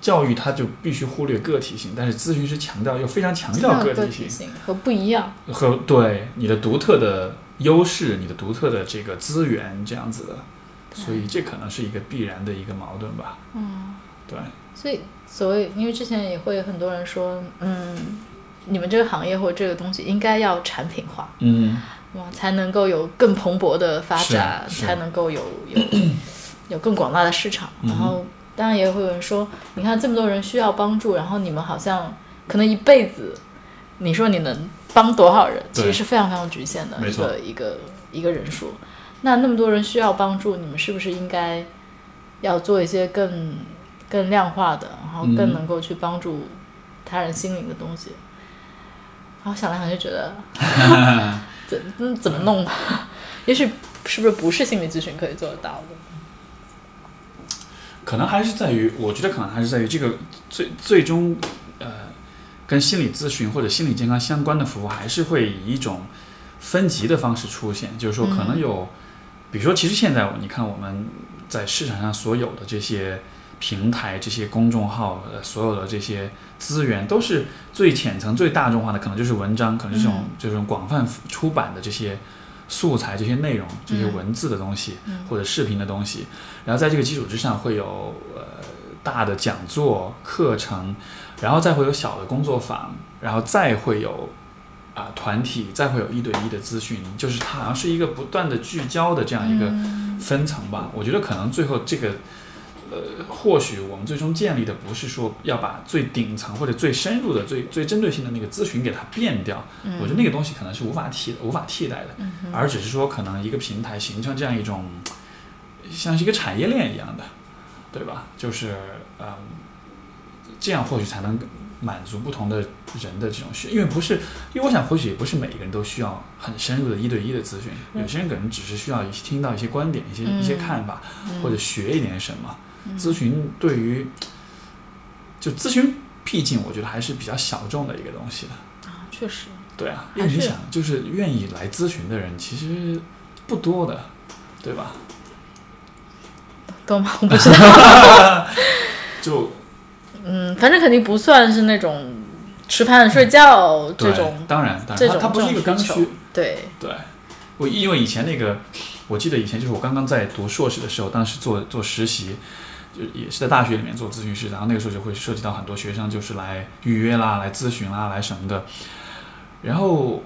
S1: 教育它就必须忽略个体性，但是咨询师强调又非常强调个
S2: 个
S1: 体性
S2: 性和不一样，
S1: 和对你的独特的优势、你的独特的这个资源这样子的，所以这可能是一个必然的一个矛盾吧。
S2: 嗯。
S1: 对，
S2: 所以，所谓因为之前也会很多人说，嗯，你们这个行业或者这个东西应该要产品化，
S1: 嗯，
S2: 哇，才能够有更蓬勃的发展，
S1: 是是啊
S2: 才能够有有 有更广大的市场。
S1: 嗯哼
S2: 然后，当然也会有人说，你看这么多人需要帮助，然后你们好像可能一辈子，你说你能帮多少人，其
S1: 对
S2: 实是非常非常局限的
S1: 没
S2: 一
S1: 错
S2: 个一个一个人数。那那么多人需要帮助，你们是不是应该要做一些更更量化的，然后
S1: 嗯
S2: 更能够去帮助他人心灵的东西？然后想来想去，觉得 怎嗯怎么弄？也许是不是不是心理咨询可以做得到的？
S1: 可能还是在于，我觉得可能还是在于这个最最终，呃，跟心理咨询或者心理健康相关的服务，还是会以一种分级的方式出现。就是说，可能有，比如说，其实现在你看我们在市场上所有的这些平台、这些公众号、呃，所有的这些资源，都是最浅层、最大众化的，可能就是文章，可能是这种、
S2: 嗯
S1: 这种广泛出版的这些素材、这些内容、这些
S2: 嗯
S1: 文字的东西。
S2: 嗯
S1: 或者视频的东西，然后在这个基础之上会有呃大的讲座课程，然后再会有小的工作坊，然后再会有啊、团体，再会有一对一的咨询，就是它好像是一个不断的聚焦的这样一个
S2: 嗯
S1: 分层吧。我觉得可能最后这个呃，或许我们最终建立的不是说要把最顶层或者最深入的、最最针对性的那个咨询给它变掉，
S2: 嗯
S1: 我觉得那个东西可能是无法替无法替代的。
S2: 嗯哼
S1: 而只是说可能一个平台形成这样一种，像是一个产业链一样的，对吧？就是嗯，这样或许才能满足不同的人的这种需，因为不是，因为我想或许也不是每一个人都需要很深入的一对一的咨询，
S2: 嗯
S1: 有些人可能只是需要一些听到一些观点、一些
S2: 嗯
S1: 一些看法，
S2: 嗯
S1: 或者学一点什么。
S2: 嗯
S1: 咨询对于，就咨询，毕竟我觉得还是比较小众的一个东西的。
S2: 啊确实，
S1: 对啊，因
S2: 还
S1: 为你
S2: 是
S1: 想，就是愿意来咨询的人其实不多的，对吧？
S2: 懂吗？我不知道，
S1: 就
S2: 嗯，反正肯定不算是那种吃饭睡觉这
S1: 对
S2: 种，
S1: 当然，当
S2: 这
S1: 然，它
S2: 种
S1: 它不是一个
S2: 这种
S1: 刚
S2: 需求
S1: 需。
S2: 对，
S1: 对，我因为以前那个，我记得以前就是我刚刚在读硕士的时候，当时做做实习，就也是在大学里面做咨询师，然后那个时候就会涉及到很多学生就是来预约啦、来咨询啦、来什么的，然后。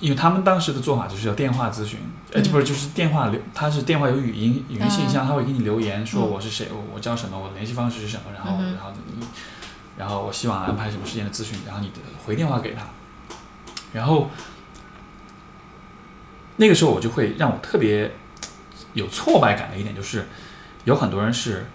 S1: 因为他们当时的做法就是要电话咨询，呃，
S2: 嗯
S1: 不是就是电话留，他是电话有语音语音信箱，他会给你留言说
S2: 嗯
S1: 我是谁，我我叫什么，我联系方式是什么，然后
S2: 嗯哼
S1: 然后你，然后我希望安排什么时间的咨询，然后你的回电话给他，然后那个时候我就会让我特别有挫败感的一点就是，有很多人是，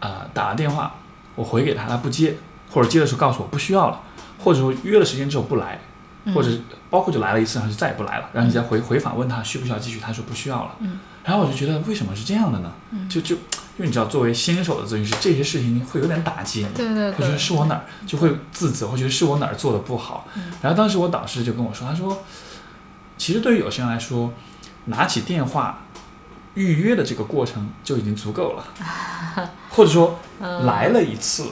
S1: 啊打了电话我回给他，他不接，或者接的时候告诉我不需要了，或者说约了时间之后不来，
S2: 嗯
S1: 或者包括就来了一次，然后就再也不来了，然后你再回回访问他需不需要继续，他说不需要了，
S2: 嗯
S1: 然后我就觉得为什么是这样的呢？
S2: 嗯
S1: 就就因为你知道，作为新手的咨询师，这些事情会有点打击你，
S2: 对对
S1: 会觉得
S2: 对，
S1: 是我哪儿就会自责，会觉得是我哪儿做的不好。
S2: 嗯
S1: 然后当时我导师就跟我说，他说，其实对于有些人来说，拿起电话预约的这个过程就已经足够了， 或者说
S2: 嗯
S1: 来了一次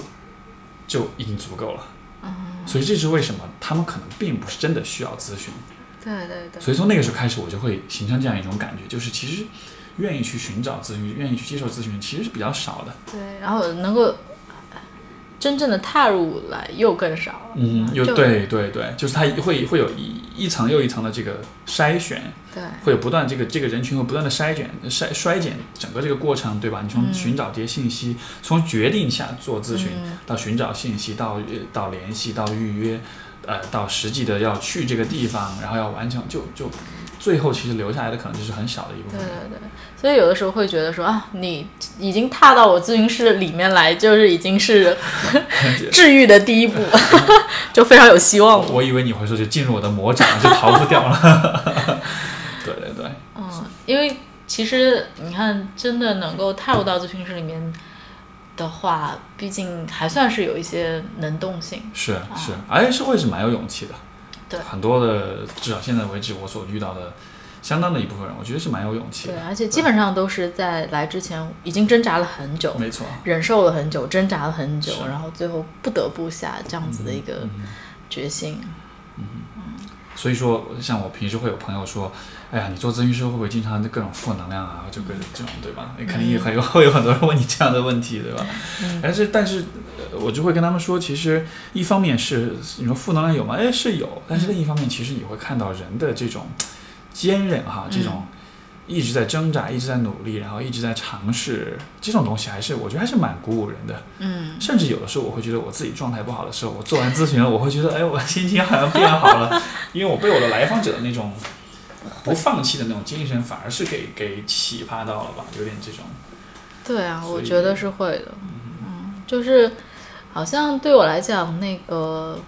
S1: 就已经足够了。
S2: 嗯，
S1: 所以这是为什么他们可能并不是真的需要咨询。
S2: 对对对，
S1: 所以从那个时候开始，我就会形成这样一种感觉，就是其实愿意去寻找咨询，愿意去接受咨询，其实是比较少的。
S2: 对，然后能够真正的踏入来又更少了，
S1: 嗯，有
S2: 就
S1: 对对对，就是他会会有一一层又一层的这个筛选，
S2: 对
S1: 会有不断这个这个人群会不断的筛选筛衰减整个这个过程，对吧？你从
S2: 嗯
S1: 寻找这些信息，从决定下做咨询，
S2: 嗯
S1: 到寻找信息，到呃到联系，到预约，呃，到实际的要去这个地方，然后要完成，就就最后其实留下来的可能就是很少的一部
S2: 对
S1: 分人。
S2: 对对，所以有的时候会觉得说啊，你已经踏到我咨询室里面来，就是已经 是治愈的第一步，
S1: 嗯
S2: 就非常有希望
S1: 我
S2: 了。
S1: 哦我以为你会说就进入我的魔掌就逃不掉了。 对对对，
S2: 嗯，因为其实你看，真的能够踏入到咨询室里面的话，毕竟还算是有一些能动性。
S1: 是是，而且是会是蛮有勇气的。
S2: 对
S1: 很多的至少现在为止我所遇到的相当的一部分人，我觉得是蛮有勇气
S2: 对，
S1: 的。
S2: 而且基本上都是在来之前已经挣扎了很久，
S1: 没错，
S2: 忍受了很久，挣扎了很久，
S1: 是
S2: 然后最后不得不下这样子的一个
S1: 嗯
S2: 决心。
S1: 所以说，像我平时会有朋友说，哎呀，你做咨询师会不会经常各种负能量啊？就各种这种，对吧？肯定也很有 会有很多人问你这样的问题，对吧？ 但是但是，呃我就会跟他们说，其实一方面是你说负能量有吗？哎，是有，但是另一方面，其实你会看到人的这种坚韧哈，这种一直在挣扎、一直在努力，然后一直在尝试这种东西，还是我觉得还是蛮鼓舞人的。
S2: 嗯，
S1: 甚至有的时候，我会觉得我自己状态不好的时候，我做完咨询了，我会觉得，哎，我心情好像变好了，因为我被我的来访者的那种不放弃的那种精神，反而是给给启发到了吧，有点这种，
S2: 对啊，
S1: 所
S2: 我
S1: 以
S2: 觉得是会的。嗯，就是好像对我来讲，那个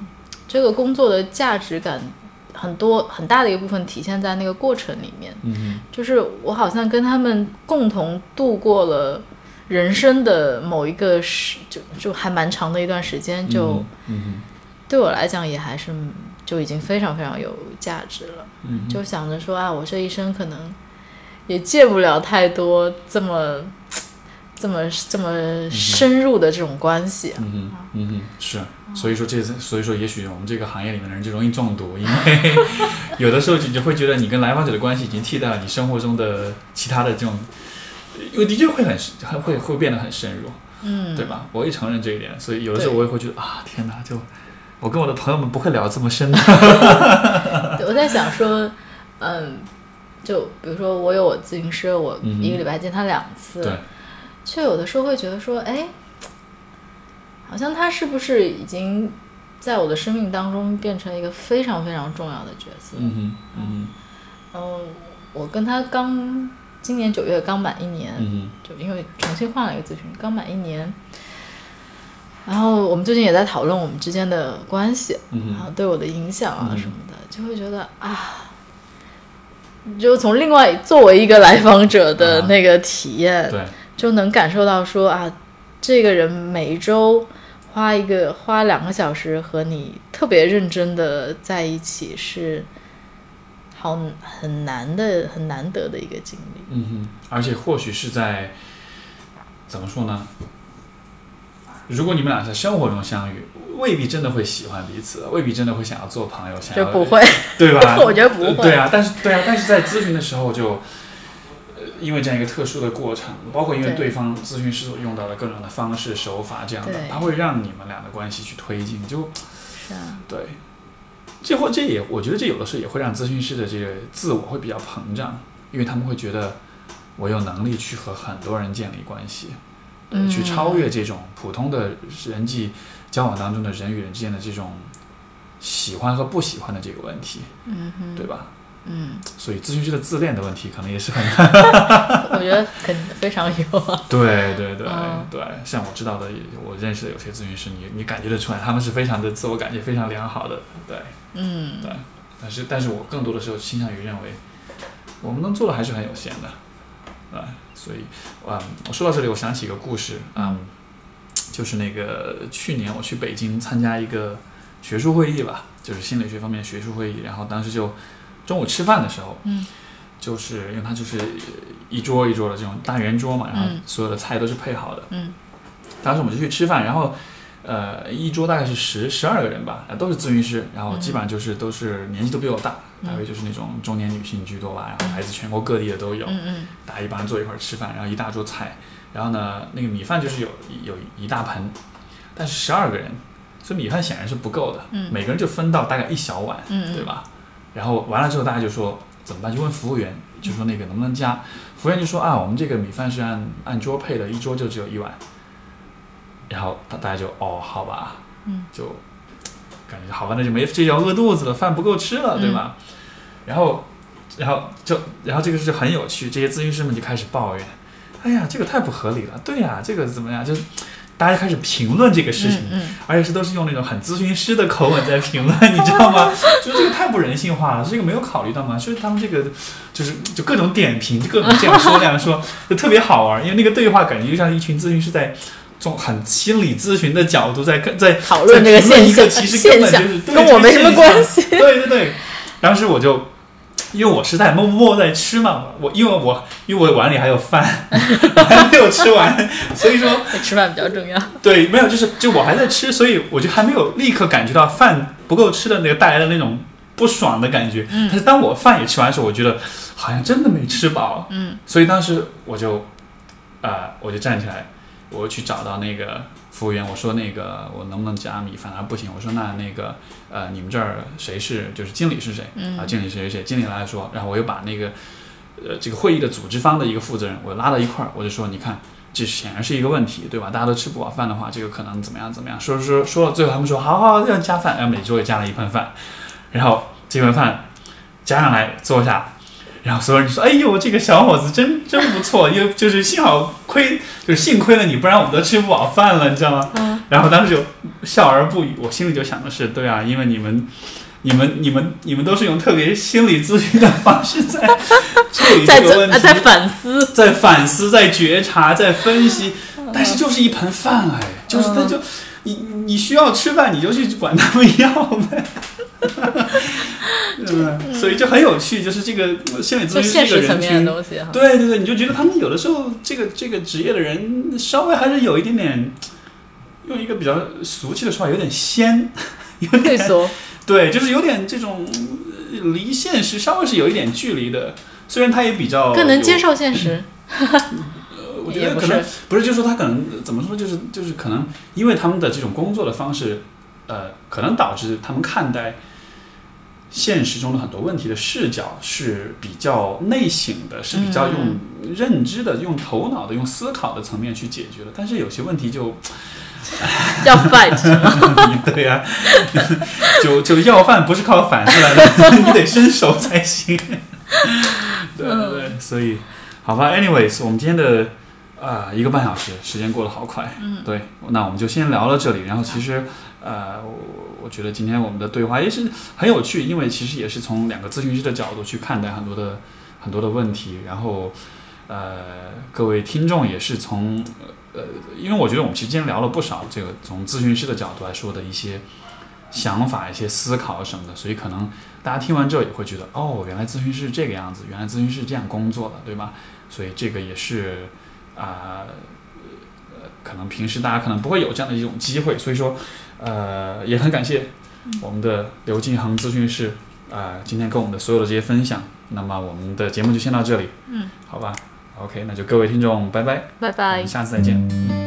S2: 这个工作的价值感很多很大的一个部分体现在那个过程里面，
S1: 嗯
S2: 就是我好像跟他们共同度过了人生的某一个时，就就还蛮长的一段时间，就
S1: 嗯
S2: 对我来讲也还是就已经非常非常有价值了。
S1: 嗯
S2: 就想着说啊，我这一生可能也戒不了太多这么这么这么深入的这种关系啊、
S1: 嗯嗯嗯嗯是，所以说这次，所以说也许我们这个行业里面的人就容易中毒，因为有的时候你就会觉得你跟来访者的关系已经替代了你生活中的其他的这种，因为的确会很很会会变得很深入。
S2: 嗯，
S1: 对吧？我也承认这一点，所以有的时候我也会觉得啊，天哪，就我跟我的朋友们不会聊这么深的。
S2: 对我在想说，嗯，就比如说我有我咨询师，我
S1: 嗯哼
S2: 一个礼拜见他两次，
S1: 对
S2: 却有的时候会觉得说，哎，好像他是不是已经在我的生命当中变成一个非常非常重要的角色？
S1: 嗯哼，嗯
S2: 然后我跟他刚今年九月刚满一年，
S1: 哼，嗯
S2: 就因为重新换了一个咨询，刚满一年。然后我们最近也在讨论我们之间的关系，
S1: 哼，嗯
S2: 然
S1: 哼，
S2: 后对我的影响啊
S1: 嗯
S2: 什么的，就会觉得啊，就从另外作为一个来访者的
S1: 啊
S2: 那个体验，
S1: 对，
S2: 就能感受到说啊，这个人每一周花一个花两个小时和你特别认真的在一起是好很难的很难得的一个经历。
S1: 嗯哼，而且或许是在怎么说呢？如果你们俩在生活中相遇，未必真的会喜欢彼此，未必真的会想要做朋友，想
S2: 就
S1: 要
S2: 不会，
S1: 对 吧？
S2: 我觉得不会。
S1: 对啊，但是对啊，但是在咨询的时候就，呃，因为这样一个特殊的过程，包括因为
S2: 对
S1: 对方咨询师所用到的各种的方式、手法这样的
S2: 对，
S1: 它会让你们俩的关系去推进，就是
S2: 啊，
S1: 对。这或这也，我觉得这有的时候也会让咨询师的这个自我会比较膨胀，因为他们会觉得我有能力去和很多人建立关系，对
S2: 嗯
S1: 去超越这种普通的人际交往当中的人与人之间的这种喜欢和不喜欢的这个问题，
S2: 嗯哼，
S1: 对吧？
S2: 嗯，
S1: 所以咨询师的自恋的问题可能也是很
S2: 我觉得 肯非常有啊。
S1: 对对对、
S2: 嗯
S1: 对，像我知道的，我认识的有些咨询师，你你感觉得出来，他们是非常的自我感觉非常良好的，对。
S2: 嗯，
S1: 但是但是我更多的时候倾向于认为，我们能做的还是很有限的，啊，所以啊，我说到这里，我想起一个故事啊，就是那个去年我去北京参加一个学术会议吧，就是心理学方面的学术会议，然后当时就中午吃饭的时候，
S2: 嗯，
S1: 就是因为它就是一桌一桌的这种大圆桌嘛，然后
S2: 嗯
S1: 所有的菜都是配好的，
S2: 嗯，
S1: 当时我们就去吃饭，然后。呃，一桌大概是十十二个人吧，呃都是咨询师，然后基本上就是都是年纪都比我大，大约就是那种中年女性居多吧，然后来自全国各地的都有，
S2: 嗯嗯
S1: 大家一帮人坐一块儿吃饭，然后一大桌菜，然后呢，那个米饭就是有有一大盆，但是十二个人，所以米饭显然是不够的，
S2: 嗯
S1: 每个人就分到大概一小碗，
S2: 嗯嗯
S1: 对吧？然后完了之后，大家就说怎么办？就问服务员，就说那个能不能加？服务员就说啊，我们这个米饭是按按桌配的，一桌就只有一碗。然后大大家就哦，好吧，
S2: 嗯，
S1: 就感觉好吧，那就没这就要饿肚子了，饭不够吃了，对
S2: 嗯
S1: 吧？然后，然后就然后这个事就很有趣，这些咨询师们就开始抱怨，哎呀，这个太不合理了，对呀、这个怎么样？就大家就开始评论这个事情，
S2: 嗯嗯
S1: 而且是都是用那种很咨询师的口吻在评论，你知道吗？就这个太不人性化了，这个没有考虑到吗？就是他们这个，就是就各种点评，就各种这样说那样说，就特别好玩儿。因为那个对话感觉就像一群咨询师在从很心理咨询的角度在跟在
S2: 讨论这个
S1: 在评论一个
S2: 现象
S1: 其实根
S2: 现
S1: 本
S2: 象
S1: 就是对
S2: 跟
S1: 这
S2: 我
S1: 个
S2: 没什么
S1: 现
S2: 关
S1: 象
S2: 系
S1: 对对对，当时我就。因为我是在默默在吃嘛，我因为我因为我碗里还有饭， 我还没有吃完，所以说
S2: 吃饭比较重要。
S1: 对，没有，就是就我还在吃，所以我就还没有立刻感觉到饭不够吃的那个带来的那种不爽的感觉。
S2: 嗯
S1: 但是当我饭也吃完的时候，我觉得好像真的没吃饱。
S2: 嗯，
S1: 所以当时我就，呃，我就站起来，我去找到那个服务员，我说那个我能不能加米饭啊？不行，我说那那个呃，你们这儿谁是就是经理是谁、
S2: 嗯
S1: 啊？经理是谁谁？经理来说，然后我又把那个呃这个会议的组织方的一个负责人，我拉到一块儿，我就说你看。这显然是一个问题，对吧？大家都吃不饱饭的话，这个可能怎么样怎么样？说说说到最后，他们说好好好要加饭，然后每桌也加了一份饭，然后这份饭加上来坐下，然后所有人就说：“哎呦，这个小伙子真真不错，因为就是幸好亏，就是幸亏了你，不然我们都吃不饱饭了，你知道吗？”
S2: 嗯
S1: 然后当时就笑而不语，我心里就想的是：对啊，因为你们。你们、你们、你们都是用特别心理咨询的方式在 处理
S2: 在
S1: 这个
S2: 怎
S1: 问
S2: 啊
S1: 题，
S2: 在反思，
S1: 在反思、在觉察、在分析，
S2: 嗯
S1: 但是就是一盆饭哎，就是他就你你需要吃饭，你就去管他们要呗。 嗯，所以就很有趣，就是这个呃心理咨询
S2: 就
S1: 是
S2: 现
S1: 一个
S2: 实
S1: 人
S2: 层面的
S1: 群。
S2: 东西哈。
S1: 对对对，你就觉得他们有的时候这个这个职业的人稍微还是有一点点，用一个比较俗气的说法，有点仙，有点
S2: 退缩，
S1: 对，就是有点这种呃离现实稍微是有一点距离的。虽然他也比较
S2: 更能
S1: 哦有
S2: 接受现实。
S1: 呃我觉
S2: 也
S1: 得
S2: 不
S1: 可
S2: 是
S1: 能不是，就是说他可能呃怎么说，就是就是可能因为他们的这种工作的方式，呃，可能导致他们看待现实中的很多问题的视角是比较内省的，是比较用认知的、用头脑的、用思考的层面去解决的。但是有些问题就
S2: 要 fight，
S1: 对呀、就就要饭不是靠反思来的， 你得伸手才行。 对对对，所以好吧，anyways，我们今天的啊、呃一个半小时，时间过得好快。嗯，对，那我们就先聊到这里。然后其实呃，我我觉得今天我们的对话也是很有趣，因为其实也是从两个咨询师的角度去看待很多的很多的问题，然后。呃，各位听众也是从呃，因为我觉得我们其实今天聊了不少这个从咨询师的角度来说的一些想法、一些思考什么的，所以可能大家听完之后也会觉得，哦，原来咨询师这个样子，原来咨询师这样工作的，对吧？所以这个也是啊、呃，可能平时大家可能不会有这样的一种机会，所以说，呃，也很感谢我们的刘敬恒咨询师啊、今天跟我们的所有的这些分享。那么我们的节目就先到这里，
S2: 嗯，
S1: 好吧，OK，那就各位听众，拜拜，
S2: 拜
S1: 我
S2: 拜
S1: 们。下次再见。嗯